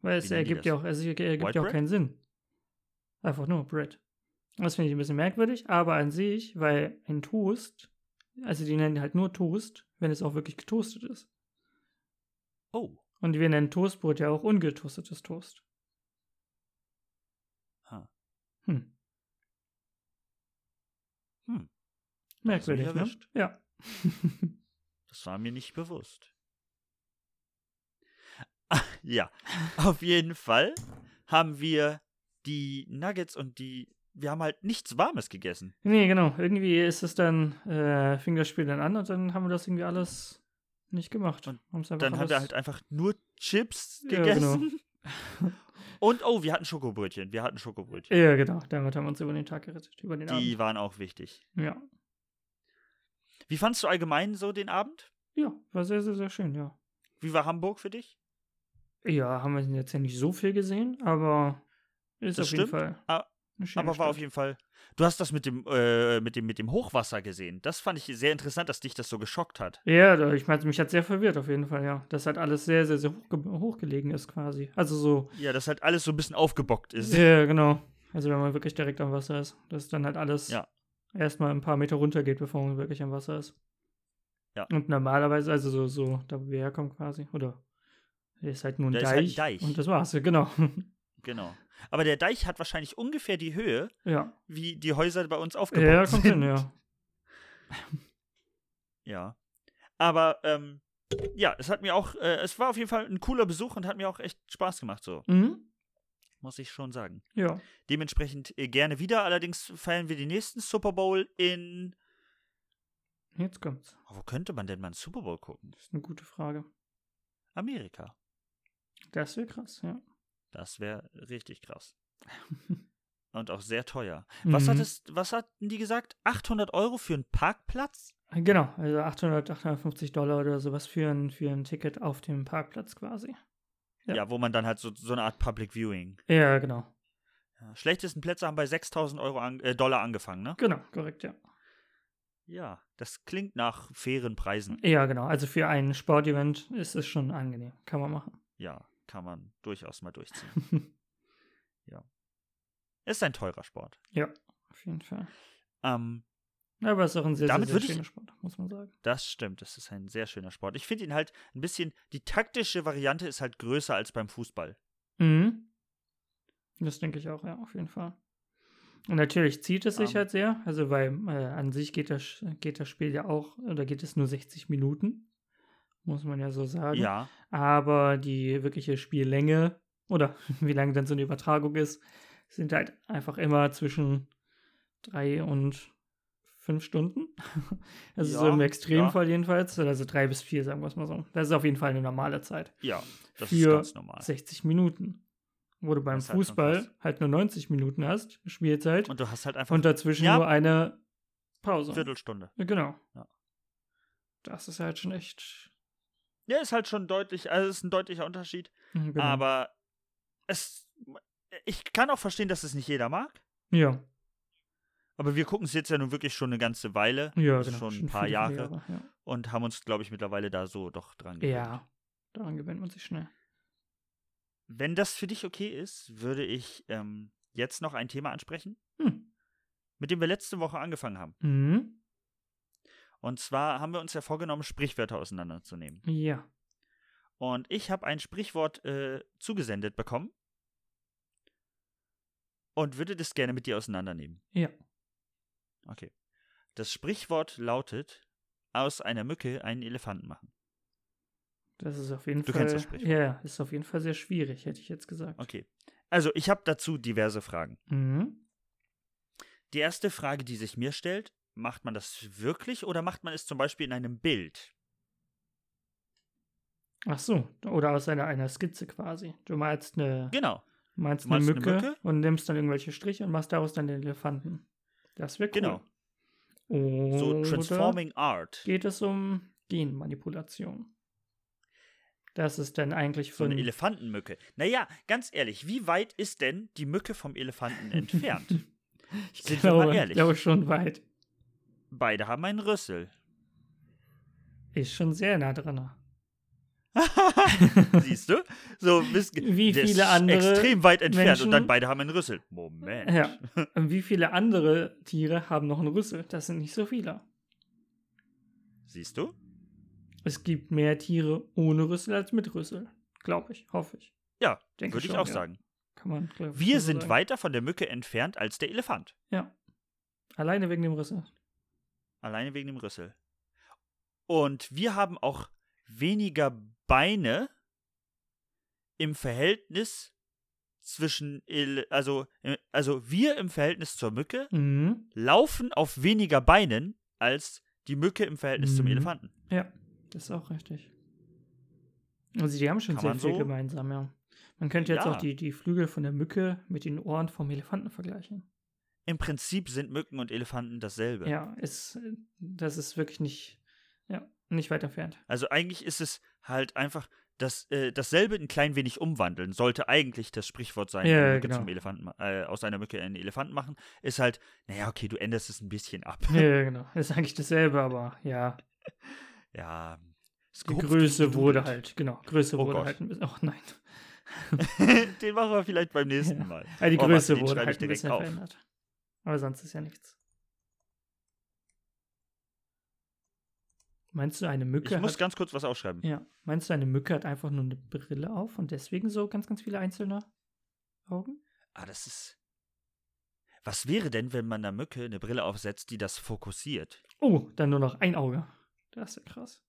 [SPEAKER 2] Weil
[SPEAKER 1] Wie
[SPEAKER 2] es
[SPEAKER 1] nennen die
[SPEAKER 2] ergibt
[SPEAKER 1] das?
[SPEAKER 2] ja auch, also, ergibt
[SPEAKER 1] White
[SPEAKER 2] ja auch
[SPEAKER 1] bread?
[SPEAKER 2] keinen Sinn. Einfach nur Bread. Das finde ich ein bisschen merkwürdig, aber an sich, weil ein Toast, also die nennen halt nur Toast, wenn es auch wirklich getoastet ist.
[SPEAKER 1] Oh.
[SPEAKER 2] Und wir nennen Toastbrot ja auch ungetoastetes Toast.
[SPEAKER 1] Ha.
[SPEAKER 2] Hm.
[SPEAKER 1] Hm. hast du mich
[SPEAKER 2] Merkwürdig, ne?
[SPEAKER 1] erwischt.
[SPEAKER 2] Ja. *laughs*
[SPEAKER 1] Das war mir nicht bewusst. *laughs* Ah, ja, auf jeden Fall haben wir die Nuggets und die. Wir haben halt nichts Warmes gegessen.
[SPEAKER 2] nee, genau. Irgendwie ist es dann, äh, fing das Spiel dann an und dann haben wir das irgendwie alles nicht gemacht.
[SPEAKER 1] Und
[SPEAKER 2] Haben's einfach
[SPEAKER 1] Dann haben wir
[SPEAKER 2] alles-
[SPEAKER 1] halt einfach nur Chips
[SPEAKER 2] Ja, genau.
[SPEAKER 1] gegessen. *laughs* Und oh, wir hatten Schokobrötchen. Wir hatten Schokobrötchen.
[SPEAKER 2] *laughs* Ja, genau. Damit haben wir uns über den Tag gerettet. Über den
[SPEAKER 1] Die waren auch wichtig.
[SPEAKER 2] Abend. Ja.
[SPEAKER 1] Wie fandst du allgemein so den Abend?
[SPEAKER 2] Ja, war sehr, sehr, sehr schön, ja.
[SPEAKER 1] Wie war Hamburg für dich?
[SPEAKER 2] Ja, haben wir jetzt ja nicht so viel gesehen, aber ist
[SPEAKER 1] Das
[SPEAKER 2] auf jeden
[SPEAKER 1] stimmt.
[SPEAKER 2] Fall.
[SPEAKER 1] Ah,
[SPEAKER 2] eine schöne
[SPEAKER 1] Aber war auf
[SPEAKER 2] Stadt.
[SPEAKER 1] jeden Fall. Du hast das mit dem, äh, mit dem, mit dem Hochwasser gesehen. Das fand ich sehr interessant, dass dich das so geschockt hat.
[SPEAKER 2] Ja, da- ich meine, mich hat sehr verwirrt auf jeden Fall, ja. Dass halt alles sehr, sehr, sehr hochge hochgelegen ist quasi. Also so.
[SPEAKER 1] Ja, dass halt alles so ein bisschen aufgebockt ist.
[SPEAKER 2] Ja, genau. Also wenn man wirklich direkt am Wasser ist, dass dann halt alles
[SPEAKER 1] Ja.
[SPEAKER 2] erstmal ein paar Meter runter geht, bevor man wirklich am Wasser ist.
[SPEAKER 1] Ja.
[SPEAKER 2] Und normalerweise, also so, so, da wo wir herkommen quasi, oder? Hier Ist halt nur ein
[SPEAKER 1] Da ist
[SPEAKER 2] Deich.
[SPEAKER 1] halt ein Deich.
[SPEAKER 2] Und das war's, ja, genau. *laughs*
[SPEAKER 1] Genau. Aber der Deich hat wahrscheinlich ungefähr die Höhe,
[SPEAKER 2] Ja.
[SPEAKER 1] wie die Häuser bei uns aufgebaut
[SPEAKER 2] Ja,
[SPEAKER 1] sind.
[SPEAKER 2] kommt hin, ja.
[SPEAKER 1] Ja. Aber ähm, ja, es hat mir auch, äh, es war auf jeden Fall ein cooler Besuch und hat mir auch echt Spaß gemacht, so,
[SPEAKER 2] Mhm.
[SPEAKER 1] muss ich schon sagen.
[SPEAKER 2] Ja.
[SPEAKER 1] Dementsprechend äh, gerne wieder. Allerdings feiern wir den nächsten Super Bowl in.
[SPEAKER 2] Jetzt kommt's.
[SPEAKER 1] Oh, wo könnte man denn mal einen Super Bowl gucken?
[SPEAKER 2] Das ist eine gute Frage.
[SPEAKER 1] Amerika.
[SPEAKER 2] Das wäre krass, ja.
[SPEAKER 1] Das wäre richtig
[SPEAKER 2] *laughs*
[SPEAKER 1] krass. Und auch sehr teuer. Was, hat
[SPEAKER 2] Mhm.
[SPEAKER 1] es, was hatten die gesagt? 800 Euro für einen Parkplatz?
[SPEAKER 2] Genau, also 800, 850 Dollar oder sowas für ein, für ein Ticket auf dem Parkplatz quasi.
[SPEAKER 1] Ja,
[SPEAKER 2] Ja.
[SPEAKER 1] wo man dann halt so, so eine Art Public Viewing.
[SPEAKER 2] Ja, genau.
[SPEAKER 1] Ja. Schlechtesten Plätze haben bei 6000 Euro an, äh, Dollar angefangen, ne?
[SPEAKER 2] Genau, korrekt, ja.
[SPEAKER 1] Ja, das klingt nach fairen Preisen.
[SPEAKER 2] Ja, genau. Also für ein Sportevent ist es schon angenehm. Kann man machen. *laughs*
[SPEAKER 1] Ja, kann man durchaus mal durchziehen. *laughs* Ist ein teurer Sport.
[SPEAKER 2] auf jeden Fall.
[SPEAKER 1] Ähm,
[SPEAKER 2] Aber es ist auch ein sehr,
[SPEAKER 1] Damit
[SPEAKER 2] sehr,
[SPEAKER 1] würde ich-
[SPEAKER 2] sehr schöner Sport, muss man sagen.
[SPEAKER 1] das stimmt, das ist ein sehr schöner Sport. Ich finde ihn halt ein bisschen, die taktische Variante ist halt größer als beim Fußball.
[SPEAKER 2] Mhm. Das denke ich auch, ja, auf jeden Fall. Und natürlich zieht es sich
[SPEAKER 1] Ähm.
[SPEAKER 2] halt sehr. Also, weil äh, an sich geht das, Sch- geht das Spiel ja auch, oder geht es nur 60 Minuten. Muss man ja so sagen.
[SPEAKER 1] Ja,
[SPEAKER 2] Aber die wirkliche Spiellänge oder *laughs* wie lange dann so eine Übertragung ist, sind halt einfach immer zwischen drei und fünf Stunden. *laughs* Also so
[SPEAKER 1] Ja,
[SPEAKER 2] im Extremfall jedenfalls. Also drei bis vier, sagen wir es mal so. Das ist auf jeden Fall eine normale Zeit.
[SPEAKER 1] ja, das ist
[SPEAKER 2] Für
[SPEAKER 1] ganz normal.
[SPEAKER 2] 60 Minuten. Wo du beim
[SPEAKER 1] Das ist halt schon
[SPEAKER 2] Fußball
[SPEAKER 1] krass.
[SPEAKER 2] halt nur 90 Minuten hast, Spielzeit, und,
[SPEAKER 1] Und du hast halt einfach eine
[SPEAKER 2] dazwischen
[SPEAKER 1] Ja.
[SPEAKER 2] nur eine Pause.
[SPEAKER 1] Viertelstunde.
[SPEAKER 2] Ja, Genau.
[SPEAKER 1] Ja.
[SPEAKER 2] Das ist halt schon echt.
[SPEAKER 1] Ja, ist halt schon deutlich, also ist ein deutlicher Unterschied.
[SPEAKER 2] Mhm, Genau.
[SPEAKER 1] Aber es, ich kann auch verstehen, dass es nicht jeder mag.
[SPEAKER 2] ja,
[SPEAKER 1] Aber wir gucken es jetzt ja nun wirklich schon eine ganze Weile.
[SPEAKER 2] ja,
[SPEAKER 1] Also
[SPEAKER 2] genau.
[SPEAKER 1] schon ein paar
[SPEAKER 2] viele,
[SPEAKER 1] Jahre.
[SPEAKER 2] viele ja.
[SPEAKER 1] Und haben uns, glaube ich, mittlerweile da so doch dran gewöhnt.
[SPEAKER 2] Ja, daran gewöhnt man sich schnell.
[SPEAKER 1] Wenn das für dich okay ist, würde ich ähm, jetzt noch ein Thema ansprechen,
[SPEAKER 2] Hm.
[SPEAKER 1] mit dem wir letzte Woche angefangen haben.
[SPEAKER 2] Mhm.
[SPEAKER 1] Und zwar haben wir uns ja vorgenommen, Sprichwörter auseinanderzunehmen.
[SPEAKER 2] Ja.
[SPEAKER 1] Und ich habe ein Sprichwort äh, zugesendet bekommen und würde das gerne mit dir auseinandernehmen.
[SPEAKER 2] Ja.
[SPEAKER 1] Okay. Das Sprichwort lautet, aus einer Mücke einen Elefanten machen.
[SPEAKER 2] Das ist auf jeden
[SPEAKER 1] Du
[SPEAKER 2] Fall.
[SPEAKER 1] kennst das Sprichwort.
[SPEAKER 2] Ja, ja, ist auf jeden Fall sehr schwierig, hätte ich jetzt gesagt.
[SPEAKER 1] Okay. Also ich habe dazu diverse Fragen.
[SPEAKER 2] Mhm.
[SPEAKER 1] Die erste Frage, die sich mir stellt, macht man das wirklich oder macht man es zum Beispiel in einem Bild?
[SPEAKER 2] Ach so, oder aus einer, einer Skizze quasi. Du malst eine,
[SPEAKER 1] Genau.
[SPEAKER 2] malst
[SPEAKER 1] malst
[SPEAKER 2] eine,
[SPEAKER 1] eine
[SPEAKER 2] Mücke
[SPEAKER 1] Mücke?
[SPEAKER 2] und nimmst dann irgendwelche Striche und machst daraus dann den Elefanten. Das wäre cool.
[SPEAKER 1] Genau.
[SPEAKER 2] Oder
[SPEAKER 1] So Transforming Art.
[SPEAKER 2] Geht es um Genmanipulation? Das ist dann eigentlich
[SPEAKER 1] So
[SPEAKER 2] von.
[SPEAKER 1] eine
[SPEAKER 2] *laughs*
[SPEAKER 1] Elefantenmücke. Naja, ganz ehrlich, wie weit ist denn die Mücke vom
[SPEAKER 2] *laughs*
[SPEAKER 1] Elefanten entfernt?
[SPEAKER 2] ich
[SPEAKER 1] Sind wir mal
[SPEAKER 2] glaube, ich
[SPEAKER 1] ehrlich.
[SPEAKER 2] glaube schon weit.
[SPEAKER 1] Beide haben einen
[SPEAKER 2] *laughs*
[SPEAKER 1] Rüssel.
[SPEAKER 2] Ist schon sehr nah dran.
[SPEAKER 1] Siehst du? So bist,
[SPEAKER 2] Wie
[SPEAKER 1] das
[SPEAKER 2] viele
[SPEAKER 1] ist
[SPEAKER 2] andere
[SPEAKER 1] Extrem weit entfernt
[SPEAKER 2] Menschen-
[SPEAKER 1] und dann beide haben einen Rüssel. Moment.
[SPEAKER 2] Ja. *laughs* Und wie viele andere Tiere haben noch einen Rüssel? Das sind nicht so viele.
[SPEAKER 1] Siehst du?
[SPEAKER 2] Es gibt mehr Tiere ohne Rüssel als mit Rüssel. Glaube ich, hoffe ich.
[SPEAKER 1] Ja,
[SPEAKER 2] Denke
[SPEAKER 1] würde ich
[SPEAKER 2] schon,
[SPEAKER 1] auch
[SPEAKER 2] ja.
[SPEAKER 1] sagen.
[SPEAKER 2] Kann man, glaub ich, schon
[SPEAKER 1] Wir
[SPEAKER 2] so
[SPEAKER 1] sind
[SPEAKER 2] sagen.
[SPEAKER 1] weiter von der Mücke entfernt als der Elefant.
[SPEAKER 2] Ja. Alleine wegen dem Rüssel.
[SPEAKER 1] Alleine wegen dem Rüssel. Und wir haben auch weniger Beine im Verhältnis zwischen, Ele also, äh, also wir im Verhältnis zur Mücke
[SPEAKER 2] Mhm.
[SPEAKER 1] laufen auf weniger Beinen als die Mücke im Verhältnis zum
[SPEAKER 2] Mhm.
[SPEAKER 1] Elefanten.
[SPEAKER 2] Ja, das ist auch richtig. Also die haben schon
[SPEAKER 1] Kann
[SPEAKER 2] sehr
[SPEAKER 1] man
[SPEAKER 2] viel
[SPEAKER 1] so-
[SPEAKER 2] gemeinsam, ja. Man könnte jetzt
[SPEAKER 1] Ja.
[SPEAKER 2] auch die, die Flügel von der Mücke mit den Ohren vom Elefanten vergleichen.
[SPEAKER 1] Im Prinzip sind Mücken und Elefanten dasselbe.
[SPEAKER 2] Ja, es, das ist wirklich nicht, ja, nicht weit entfernt.
[SPEAKER 1] *laughs* Also eigentlich ist es halt einfach, dass äh, dasselbe ein klein wenig umwandeln sollte eigentlich das Sprichwort sein,
[SPEAKER 2] Ja,
[SPEAKER 1] eine
[SPEAKER 2] ja,
[SPEAKER 1] Mücke
[SPEAKER 2] genau.
[SPEAKER 1] zum Elefanten, ma- äh, aus einer Mücke einen Elefanten machen, ist halt, naja, okay, du änderst es ein bisschen ab.
[SPEAKER 2] ja, genau. Ist eigentlich dasselbe, aber ja,
[SPEAKER 1] *laughs* Ja. es
[SPEAKER 2] Die
[SPEAKER 1] gerupft
[SPEAKER 2] Größe
[SPEAKER 1] und
[SPEAKER 2] wurde
[SPEAKER 1] gedudelt.
[SPEAKER 2] halt, genau, Größe
[SPEAKER 1] Oh
[SPEAKER 2] wurde
[SPEAKER 1] Gott.
[SPEAKER 2] halt ein bisschen, oh nein,
[SPEAKER 1] *laughs* Den machen wir vielleicht beim nächsten
[SPEAKER 2] halt. Ja.
[SPEAKER 1] Mal.
[SPEAKER 2] also die
[SPEAKER 1] Oh, warte,
[SPEAKER 2] Größe
[SPEAKER 1] den
[SPEAKER 2] wurde
[SPEAKER 1] schreibe ich
[SPEAKER 2] halt ein
[SPEAKER 1] direkt
[SPEAKER 2] bisschen
[SPEAKER 1] auf.
[SPEAKER 2] verändert. Aber sonst ist ja nichts. Meinst du, eine Mücke
[SPEAKER 1] Ich muss
[SPEAKER 2] hat,
[SPEAKER 1] ganz kurz was aufschreiben.
[SPEAKER 2] ja, meinst du, eine Mücke hat einfach nur eine Brille auf und deswegen so ganz, ganz viele einzelne Augen?
[SPEAKER 1] Aber Ah, das ist. Was wäre denn, wenn man der Mücke eine Brille aufsetzt, die das fokussiert?
[SPEAKER 2] Oh, dann nur noch ein Auge. Das ist ja krass.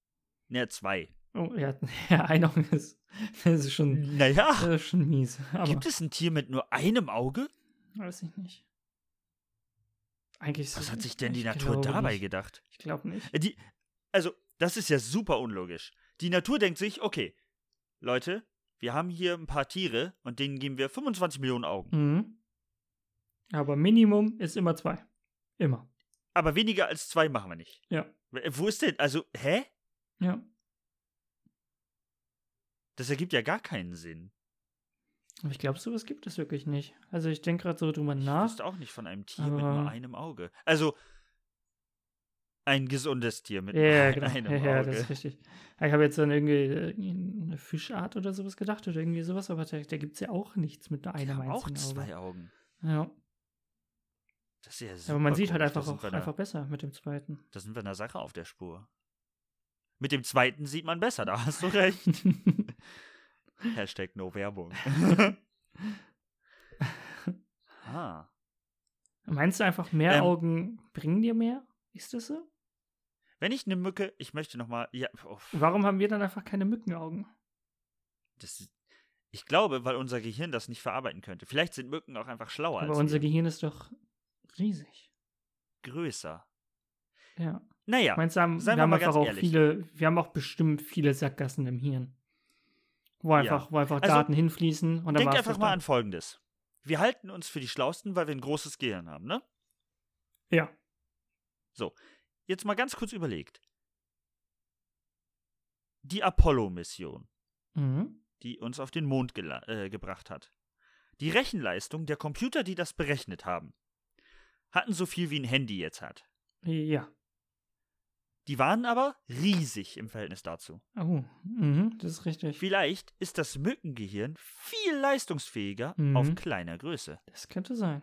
[SPEAKER 1] Ne, zwei.
[SPEAKER 2] Oh, ja, *laughs* ja ein Auge ist, das ist schon, das
[SPEAKER 1] Naja,
[SPEAKER 2] ist schon mies. Hm. Äh, Aber
[SPEAKER 1] Hm. gibt es ein Tier mit nur einem Auge?
[SPEAKER 2] weiß ich nicht. Eigentlich ist
[SPEAKER 1] Was
[SPEAKER 2] es-
[SPEAKER 1] hat sich denn die
[SPEAKER 2] ich
[SPEAKER 1] Natur
[SPEAKER 2] glaube
[SPEAKER 1] dabei
[SPEAKER 2] nicht.
[SPEAKER 1] gedacht?
[SPEAKER 2] Ich glaube nicht.
[SPEAKER 1] Äh, Die, also, das ist ja super unlogisch. Die Natur denkt sich, okay, Leute, wir haben hier ein paar Tiere und denen geben wir 25 Millionen Augen.
[SPEAKER 2] Mhm. Aber Minimum ist immer zwei. Immer.
[SPEAKER 1] Aber weniger als zwei machen wir nicht.
[SPEAKER 2] Ja.
[SPEAKER 1] W- Wo ist denn, also, hä?
[SPEAKER 2] Ja.
[SPEAKER 1] Das ergibt ja gar keinen Sinn.
[SPEAKER 2] Aber ich glaube, sowas gibt es wirklich nicht. Also ich denke gerade so drüber
[SPEAKER 1] Ich
[SPEAKER 2] nach.
[SPEAKER 1] wüsste auch nicht von einem Tier mit nur
[SPEAKER 2] aber-
[SPEAKER 1] einem Auge. Also, ein gesundes Tier mit
[SPEAKER 2] Ja, ja,
[SPEAKER 1] *laughs* nur
[SPEAKER 2] genau.
[SPEAKER 1] einem
[SPEAKER 2] Ja, ja, das
[SPEAKER 1] Auge.
[SPEAKER 2] ist richtig. Ja, Ich habe jetzt an irgendwie äh, eine Fischart oder sowas gedacht oder irgendwie sowas, aber da, da gibt es ja auch nichts mit nur
[SPEAKER 1] Die
[SPEAKER 2] einem
[SPEAKER 1] haben
[SPEAKER 2] einzigen
[SPEAKER 1] auch
[SPEAKER 2] Auge.
[SPEAKER 1] zwei Augen.
[SPEAKER 2] Ja.
[SPEAKER 1] Das ist ja super
[SPEAKER 2] Aber man sieht halt
[SPEAKER 1] komisch. Da
[SPEAKER 2] einfach
[SPEAKER 1] sind
[SPEAKER 2] auch
[SPEAKER 1] wir einer-
[SPEAKER 2] einfach besser mit dem zweiten. *laughs*
[SPEAKER 1] Da sind wir einer Sache auf der Spur. Mit dem zweiten sieht man besser, da
[SPEAKER 2] *laughs*
[SPEAKER 1] hast du recht. Hashtag no
[SPEAKER 2] *laughs*
[SPEAKER 1] Werbung. ah.
[SPEAKER 2] Meinst du einfach, mehr
[SPEAKER 1] Ähm,
[SPEAKER 2] Augen bringen dir mehr? Ist das so?
[SPEAKER 1] Wenn ich eine Mücke, ich möchte nochmal, ja, oh,
[SPEAKER 2] Warum haben wir dann einfach keine Mückenaugen?
[SPEAKER 1] das, ich glaube, weil unser Gehirn das nicht verarbeiten könnte. Vielleicht sind Mücken auch einfach schlauer
[SPEAKER 2] Aber
[SPEAKER 1] als
[SPEAKER 2] unser
[SPEAKER 1] also wir.
[SPEAKER 2] Gehirn ist doch riesig.
[SPEAKER 1] größer.
[SPEAKER 2] Ja.
[SPEAKER 1] Naja,
[SPEAKER 2] Meinst du, haben,
[SPEAKER 1] seien
[SPEAKER 2] wir
[SPEAKER 1] wir
[SPEAKER 2] haben
[SPEAKER 1] mal
[SPEAKER 2] einfach
[SPEAKER 1] ganz
[SPEAKER 2] auch
[SPEAKER 1] ehrlich.
[SPEAKER 2] viele, wir haben auch bestimmt viele Sackgassen im Hirn. Wo einfach, wo einfach
[SPEAKER 1] Also,
[SPEAKER 2] Daten hinfließen und dann
[SPEAKER 1] denk
[SPEAKER 2] war's
[SPEAKER 1] einfach
[SPEAKER 2] das
[SPEAKER 1] mal
[SPEAKER 2] dann.
[SPEAKER 1] an Folgendes. Wir halten uns für die Schlausten, weil wir ein großes Gehirn haben, ne?
[SPEAKER 2] Ja.
[SPEAKER 1] Jetzt mal ganz kurz überlegt. Die Apollo-Mission.
[SPEAKER 2] Mhm.
[SPEAKER 1] die uns auf den Mond gela- äh, gebracht hat. Die Rechenleistung der Computer, die das berechnet haben, hatten so viel wie ein Handy jetzt hat.
[SPEAKER 2] Ja.
[SPEAKER 1] Die waren aber riesig im Verhältnis dazu.
[SPEAKER 2] Oh, mhm, das ist richtig.
[SPEAKER 1] Vielleicht ist das Mückengehirn viel leistungsfähiger
[SPEAKER 2] Mhm.
[SPEAKER 1] auf kleiner Größe.
[SPEAKER 2] Das könnte sein.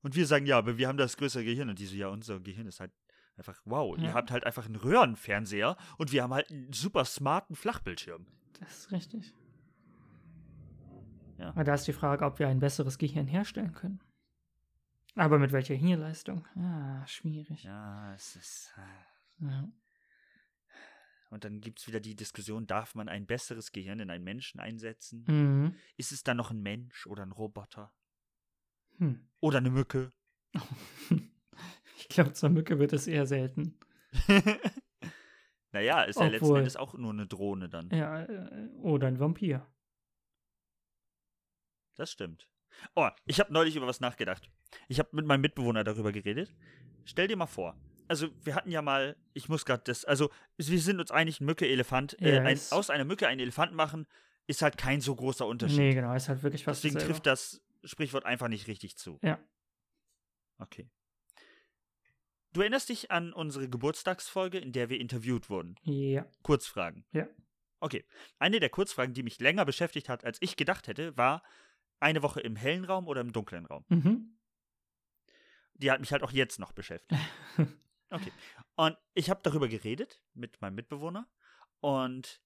[SPEAKER 1] Und wir sagen, ja, aber wir haben das größere Gehirn. Und die so, ja, unser Gehirn ist halt einfach, wow, ihr
[SPEAKER 2] Ja.
[SPEAKER 1] habt halt einfach einen Röhrenfernseher und wir haben halt einen super smarten Flachbildschirm.
[SPEAKER 2] Das ist richtig.
[SPEAKER 1] Ja.
[SPEAKER 2] Aber da ist die Frage, ob wir ein besseres Gehirn herstellen können. Aber mit welcher Hirnleistung? Ah, schwierig.
[SPEAKER 1] Ja, es ist. äh,
[SPEAKER 2] Ja.
[SPEAKER 1] Und dann gibt es wieder die Diskussion, darf man ein besseres Gehirn in einen Menschen einsetzen?
[SPEAKER 2] Mhm.
[SPEAKER 1] Ist es dann noch ein Mensch oder ein Roboter?
[SPEAKER 2] Hm. *laughs*
[SPEAKER 1] Oder eine Mücke? *laughs*
[SPEAKER 2] Ich glaube, zur Mücke wird es eher selten.
[SPEAKER 1] naja, ist ja letzten
[SPEAKER 2] Obwohl.
[SPEAKER 1] Endes auch nur eine Drohne dann.
[SPEAKER 2] Ja, äh, oder ein Vampir.
[SPEAKER 1] Das stimmt. Oh, ich habe neulich über was nachgedacht. Ich habe mit meinem Mitbewohner darüber geredet. Stell dir mal vor. Also, wir hatten ja mal, ich muss gerade das, also, wir sind uns einig, ein Mücke-Elefant, äh,
[SPEAKER 2] Ja,
[SPEAKER 1] ein,
[SPEAKER 2] ist-
[SPEAKER 1] aus einer Mücke einen Elefant machen, ist halt kein so großer Unterschied.
[SPEAKER 2] Nee, genau, ist halt wirklich was.
[SPEAKER 1] Deswegen trifft das Sprichwort einfach nicht richtig zu.
[SPEAKER 2] Ja.
[SPEAKER 1] Okay. Du erinnerst dich an unsere Geburtstagsfolge, in der wir interviewt wurden.
[SPEAKER 2] Ja.
[SPEAKER 1] Kurzfragen.
[SPEAKER 2] Ja.
[SPEAKER 1] Okay. Eine der Kurzfragen, die mich länger beschäftigt hat, als ich gedacht hätte, war eine Woche im hellen Raum oder im dunklen Raum.
[SPEAKER 2] Mhm.
[SPEAKER 1] Die hat mich halt auch jetzt noch
[SPEAKER 2] *laughs*
[SPEAKER 1] beschäftigt. Okay. Und ich habe darüber geredet mit meinem Mitbewohner und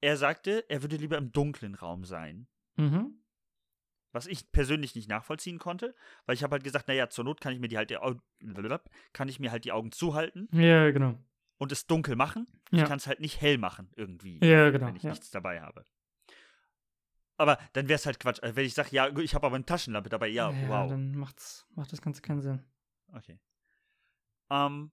[SPEAKER 1] er sagte, er würde lieber im dunklen Raum sein.
[SPEAKER 2] Mhm.
[SPEAKER 1] was ich persönlich nicht nachvollziehen konnte, weil ich habe halt gesagt, naja, zur Not kann ich mir die halt die Augen, kann ich mir halt die Augen zuhalten
[SPEAKER 2] Ja, genau.
[SPEAKER 1] und es dunkel machen. Ich
[SPEAKER 2] Ja.
[SPEAKER 1] kann es halt nicht hell machen irgendwie,
[SPEAKER 2] Ja, genau.
[SPEAKER 1] wenn ich
[SPEAKER 2] Ja.
[SPEAKER 1] nichts dabei habe. Aber dann wäre es halt Quatsch, Also wenn ich sage, ja, gut, ich habe aber eine Taschenlampe dabei, ja, wow.
[SPEAKER 2] Dann macht's, macht das Ganze keinen Sinn.
[SPEAKER 1] Okay. Ähm,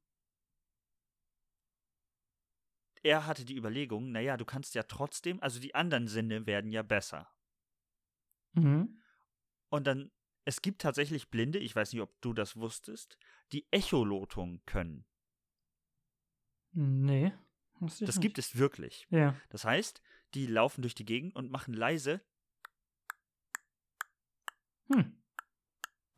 [SPEAKER 1] er hatte die Überlegung, naja, du kannst ja trotzdem, also die anderen Sinne werden ja besser.
[SPEAKER 2] Mhm.
[SPEAKER 1] Und dann, es gibt tatsächlich Blinde, ich weiß nicht, ob du das wusstest, die Echolotung können.
[SPEAKER 2] Nee. wusste ich
[SPEAKER 1] Das
[SPEAKER 2] nicht.
[SPEAKER 1] gibt es wirklich.
[SPEAKER 2] Ja.
[SPEAKER 1] Das heißt, die laufen durch die Gegend und machen leise
[SPEAKER 2] Hm.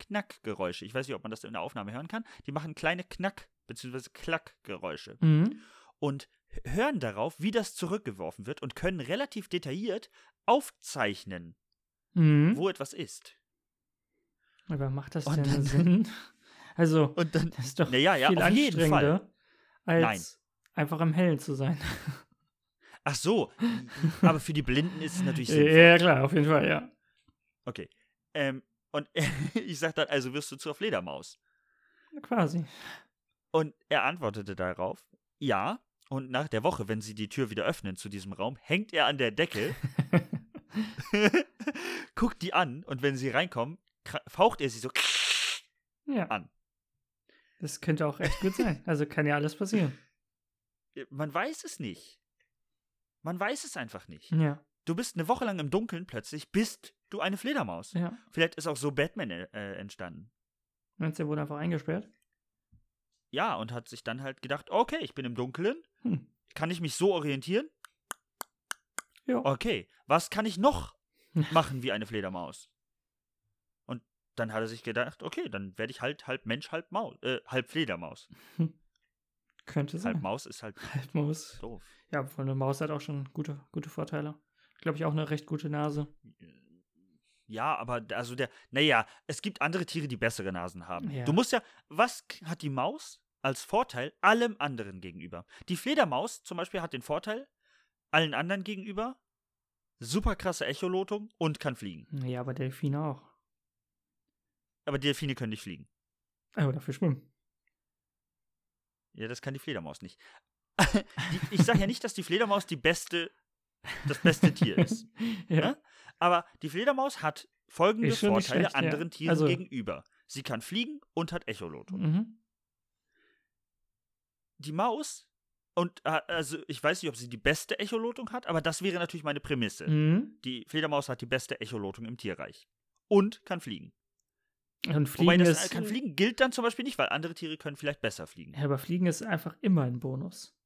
[SPEAKER 1] Knackgeräusche. Ich weiß nicht, ob man das in der Aufnahme hören kann. Die machen kleine Knack- bzw. Klackgeräusche
[SPEAKER 2] Mhm.
[SPEAKER 1] und h- hören darauf, wie das zurückgeworfen wird und können relativ detailliert aufzeichnen,
[SPEAKER 2] Mhm.
[SPEAKER 1] wo etwas ist.
[SPEAKER 2] Aber macht das
[SPEAKER 1] Und
[SPEAKER 2] denn
[SPEAKER 1] Oh, dann-
[SPEAKER 2] Sinn? *laughs* Also,
[SPEAKER 1] Und *laughs* dann,
[SPEAKER 2] das ist doch
[SPEAKER 1] naja, ja,
[SPEAKER 2] viel
[SPEAKER 1] auf jeden
[SPEAKER 2] anstrengender,
[SPEAKER 1] Fall.
[SPEAKER 2] als einfach im Hellen zu sein.
[SPEAKER 1] Ach so, aber für die Blinden ist es natürlich sinnvoll.
[SPEAKER 2] *laughs* ja, klar, auf jeden Fall, ja.
[SPEAKER 1] Okay. Ähm, und *laughs* ich sag dann, also wirst du zur Fledermaus?
[SPEAKER 2] Quasi.
[SPEAKER 1] Und er antwortete darauf, ja. Und nach der Woche, wenn sie die Tür wieder öffnen zu diesem Raum, hängt er an der Decke, guckt die an und wenn sie reinkommen, kra- faucht er sie so
[SPEAKER 2] Ja.
[SPEAKER 1] An.
[SPEAKER 2] Das könnte auch echt gut sein. Also kann ja alles passieren.
[SPEAKER 1] Man weiß es nicht. Man weiß es einfach nicht.
[SPEAKER 2] Ja,
[SPEAKER 1] Du bist eine Woche lang im Dunkeln, plötzlich bist du eine Fledermaus.
[SPEAKER 2] ja.
[SPEAKER 1] Vielleicht ist auch so Batman äh, entstanden.
[SPEAKER 2] Meinst du, er wurde einfach eingesperrt?
[SPEAKER 1] Ja, und hat sich dann halt gedacht, okay, ich bin im Dunkeln.
[SPEAKER 2] Hm.
[SPEAKER 1] Kann ich mich so orientieren?
[SPEAKER 2] Ja.
[SPEAKER 1] Okay, was kann ich noch machen wie eine Fledermaus? Und dann hat er sich gedacht, okay, dann werde ich halt halb Mensch, halb Maus, äh, halb Fledermaus.
[SPEAKER 2] Könnte sein.
[SPEAKER 1] Halb Maus ist halt
[SPEAKER 2] Halb Maus.
[SPEAKER 1] doof.
[SPEAKER 2] Ja, obwohl eine Maus hat auch schon gute, gute Vorteile. Glaube ich auch eine recht gute Nase.
[SPEAKER 1] Ja, aber d- also der, naja, es gibt andere Tiere, die bessere Nasen haben.
[SPEAKER 2] Ja.
[SPEAKER 1] Du musst ja, was k- hat die Maus als Vorteil allem anderen gegenüber? Die Fledermaus zum Beispiel hat den Vorteil allen anderen gegenüber, super krasse Echolotung und kann fliegen.
[SPEAKER 2] Ja, aber Delfine auch.
[SPEAKER 1] Aber die Delfine können nicht fliegen.
[SPEAKER 2] Aber dafür schwimmen.
[SPEAKER 1] Ja, das kann die Fledermaus nicht. die, ich sage ja nicht, dass die Fledermaus die beste, das beste Tier
[SPEAKER 2] *laughs*
[SPEAKER 1] ist.
[SPEAKER 2] ja.
[SPEAKER 1] Aber die Fledermaus hat folgende
[SPEAKER 2] Ist schon nicht
[SPEAKER 1] Vorteile
[SPEAKER 2] schlecht, ja.
[SPEAKER 1] anderen Tieren
[SPEAKER 2] Also-
[SPEAKER 1] gegenüber. Sie kann fliegen und hat Echolotung.
[SPEAKER 2] Mhm.
[SPEAKER 1] die Maus und äh, also ich weiß nicht, ob sie die beste Echolotung hat, aber das wäre natürlich meine Prämisse.
[SPEAKER 2] Mhm.
[SPEAKER 1] Die Fledermaus hat die beste Echolotung im Tierreich und kann fliegen.
[SPEAKER 2] Und
[SPEAKER 1] Wobei
[SPEAKER 2] Fliegen
[SPEAKER 1] das
[SPEAKER 2] ist.
[SPEAKER 1] kann fliegen gilt dann zum Beispiel nicht, weil andere Tiere können vielleicht besser fliegen.
[SPEAKER 2] Ja, aber Fliegen ist einfach immer ein Bonus.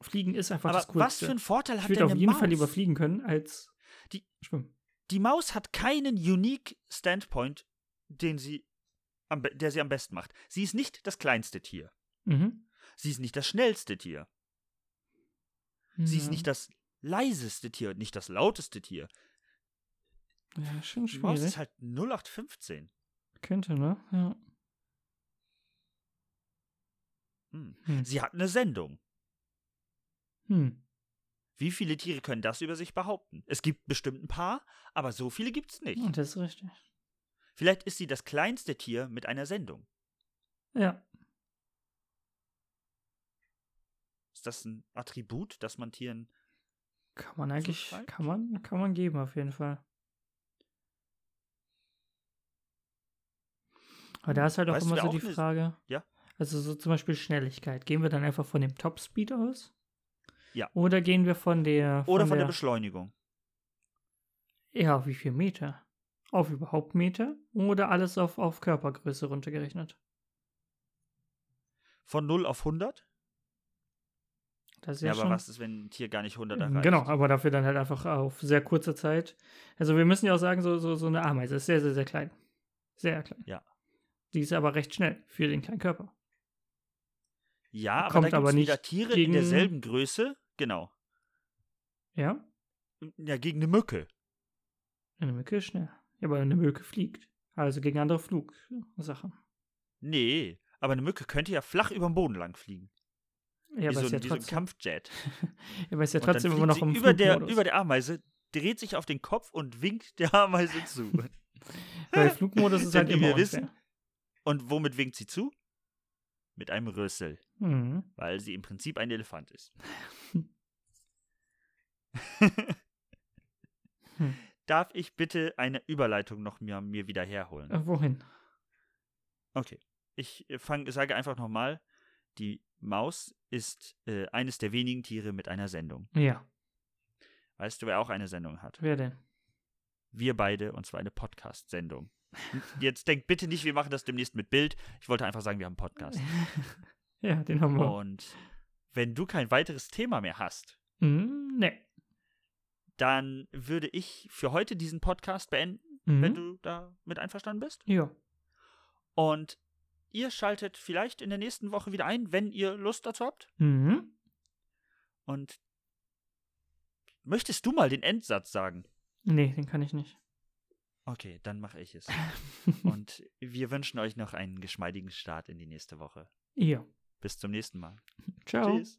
[SPEAKER 2] Fliegen ist einfach
[SPEAKER 1] aber
[SPEAKER 2] das Coolste.
[SPEAKER 1] was für einen Vorteil
[SPEAKER 2] ich
[SPEAKER 1] hat
[SPEAKER 2] würde
[SPEAKER 1] denn
[SPEAKER 2] auf
[SPEAKER 1] eine
[SPEAKER 2] jeden
[SPEAKER 1] Maus?
[SPEAKER 2] Fall lieber fliegen können als
[SPEAKER 1] Die-
[SPEAKER 2] schwimmen.
[SPEAKER 1] Die Maus hat keinen unique Standpoint, den sie am, be- der sie am besten macht. Sie ist nicht das kleinste Tier.
[SPEAKER 2] Mhm.
[SPEAKER 1] Sie ist nicht das schnellste Tier. Sie
[SPEAKER 2] Mhm.
[SPEAKER 1] ist nicht das leiseste Tier und nicht das lauteste Tier.
[SPEAKER 2] Ja, schon
[SPEAKER 1] Die Maus
[SPEAKER 2] schwierig.
[SPEAKER 1] ist halt 0815.
[SPEAKER 2] Könnte, ne? Ja.
[SPEAKER 1] Hm.
[SPEAKER 2] Hm.
[SPEAKER 1] Sie hat eine Sendung.
[SPEAKER 2] Hm.
[SPEAKER 1] Wie viele Tiere können das über sich behaupten? Es gibt bestimmt ein paar, aber so viele gibt's nicht.
[SPEAKER 2] Ja, Hm, Das ist richtig.
[SPEAKER 1] Vielleicht ist sie das kleinste Tier mit einer Sendung.
[SPEAKER 2] Ja.
[SPEAKER 1] Ist das ein Attribut, dass man Tieren.
[SPEAKER 2] Kann man eigentlich,
[SPEAKER 1] Zuschreibt?
[SPEAKER 2] kann man, kann man geben auf jeden Fall. Aber da ist halt auch
[SPEAKER 1] Hm, Weißt du,
[SPEAKER 2] immer
[SPEAKER 1] wer
[SPEAKER 2] so
[SPEAKER 1] auch
[SPEAKER 2] die
[SPEAKER 1] eine-
[SPEAKER 2] Frage.
[SPEAKER 1] Ja?
[SPEAKER 2] Also so zum Beispiel Schnelligkeit. Gehen wir dann einfach von dem Topspeed aus?
[SPEAKER 1] Ja.
[SPEAKER 2] Oder gehen wir von der
[SPEAKER 1] Oder von der Beschleunigung.
[SPEAKER 2] Ja, wie viel Meter? Auf überhaupt Meter? Oder alles auf, auf Körpergröße runtergerechnet?
[SPEAKER 1] Von 0 auf 100?
[SPEAKER 2] Das ist ja,
[SPEAKER 1] Ja, aber
[SPEAKER 2] schon.
[SPEAKER 1] was ist, wenn ein Tier gar nicht 100 erreicht?
[SPEAKER 2] Genau, aber dafür dann halt einfach auf sehr kurze Zeit. Also wir müssen ja auch sagen, so, so, so eine Ameise ist sehr, sehr, sehr klein. Sehr klein.
[SPEAKER 1] Ja.
[SPEAKER 2] Die ist aber recht schnell für den kleinen Körper.
[SPEAKER 1] Ja, aber
[SPEAKER 2] Hm, Kommt
[SPEAKER 1] da gibt's
[SPEAKER 2] aber nicht
[SPEAKER 1] wieder Tiere in
[SPEAKER 2] gegen-
[SPEAKER 1] derselben Größe. Genau.
[SPEAKER 2] Hm, Ja? 'ne
[SPEAKER 1] Ja, gegen eine Mücke.
[SPEAKER 2] Eine Mücke ist schnell. Ja, aber eine Mücke fliegt. Also gegen andere Flugsachen.
[SPEAKER 1] Nee, aber eine Mücke könnte ja flach über den Boden lang fliegen.
[SPEAKER 2] Ja,
[SPEAKER 1] wie
[SPEAKER 2] aber
[SPEAKER 1] so,
[SPEAKER 2] ist ja
[SPEAKER 1] ein- wie so ein
[SPEAKER 2] trotzdem,
[SPEAKER 1] Kampfjet.
[SPEAKER 2] ja, aber ist ja
[SPEAKER 1] Und dann
[SPEAKER 2] trotzdem immer
[SPEAKER 1] fliegt
[SPEAKER 2] noch
[SPEAKER 1] sie
[SPEAKER 2] im
[SPEAKER 1] über der,
[SPEAKER 2] Flugmodus.
[SPEAKER 1] über der Ameise, dreht sich auf den Kopf und winkt der Ameise
[SPEAKER 2] *laughs*
[SPEAKER 1] zu. *laughs*
[SPEAKER 2] Weil Flugmodus ist
[SPEAKER 1] Denn
[SPEAKER 2] halt
[SPEAKER 1] wie
[SPEAKER 2] immer
[SPEAKER 1] wir wissen-
[SPEAKER 2] unfair.
[SPEAKER 1] Und womit winkt sie zu? Mit einem Rüssel,
[SPEAKER 2] Mhm.
[SPEAKER 1] weil sie im Prinzip ein Elefant ist.
[SPEAKER 2] Hm.
[SPEAKER 1] *laughs* Darf ich bitte eine Überleitung noch mir, mir wieder herholen?
[SPEAKER 2] Äh, wohin?
[SPEAKER 1] Okay. Ich äh, fang, sage einfach nochmal, die Maus ist äh, eines der wenigen Tiere mit einer Sendung.
[SPEAKER 2] Ja,
[SPEAKER 1] Weißt du, wer auch eine Sendung hat?
[SPEAKER 2] wer denn?
[SPEAKER 1] Wir beide, und zwar eine Podcast-Sendung. Jetzt denkt bitte nicht, wir machen das demnächst mit Bild. Ich wollte einfach sagen, wir haben einen Podcast.
[SPEAKER 2] *laughs* ja, den haben wir.
[SPEAKER 1] Und wenn du kein weiteres Thema mehr hast,
[SPEAKER 2] Mhm, nee.
[SPEAKER 1] dann würde ich für heute diesen Podcast beenden,
[SPEAKER 2] Mhm.
[SPEAKER 1] wenn du damit einverstanden bist.
[SPEAKER 2] Ja.
[SPEAKER 1] Und ihr schaltet vielleicht in der nächsten Woche wieder ein, wenn ihr Lust dazu habt.
[SPEAKER 2] Mhm.
[SPEAKER 1] Und möchtest du mal den Endsatz sagen?
[SPEAKER 2] Nee, den kann ich nicht. *laughs*
[SPEAKER 1] Okay, dann mache ich es. Und wir wünschen euch noch einen geschmeidigen Start in die nächste Woche.
[SPEAKER 2] ja.
[SPEAKER 1] Bis zum nächsten Mal.
[SPEAKER 2] Ciao.
[SPEAKER 1] Tschüss.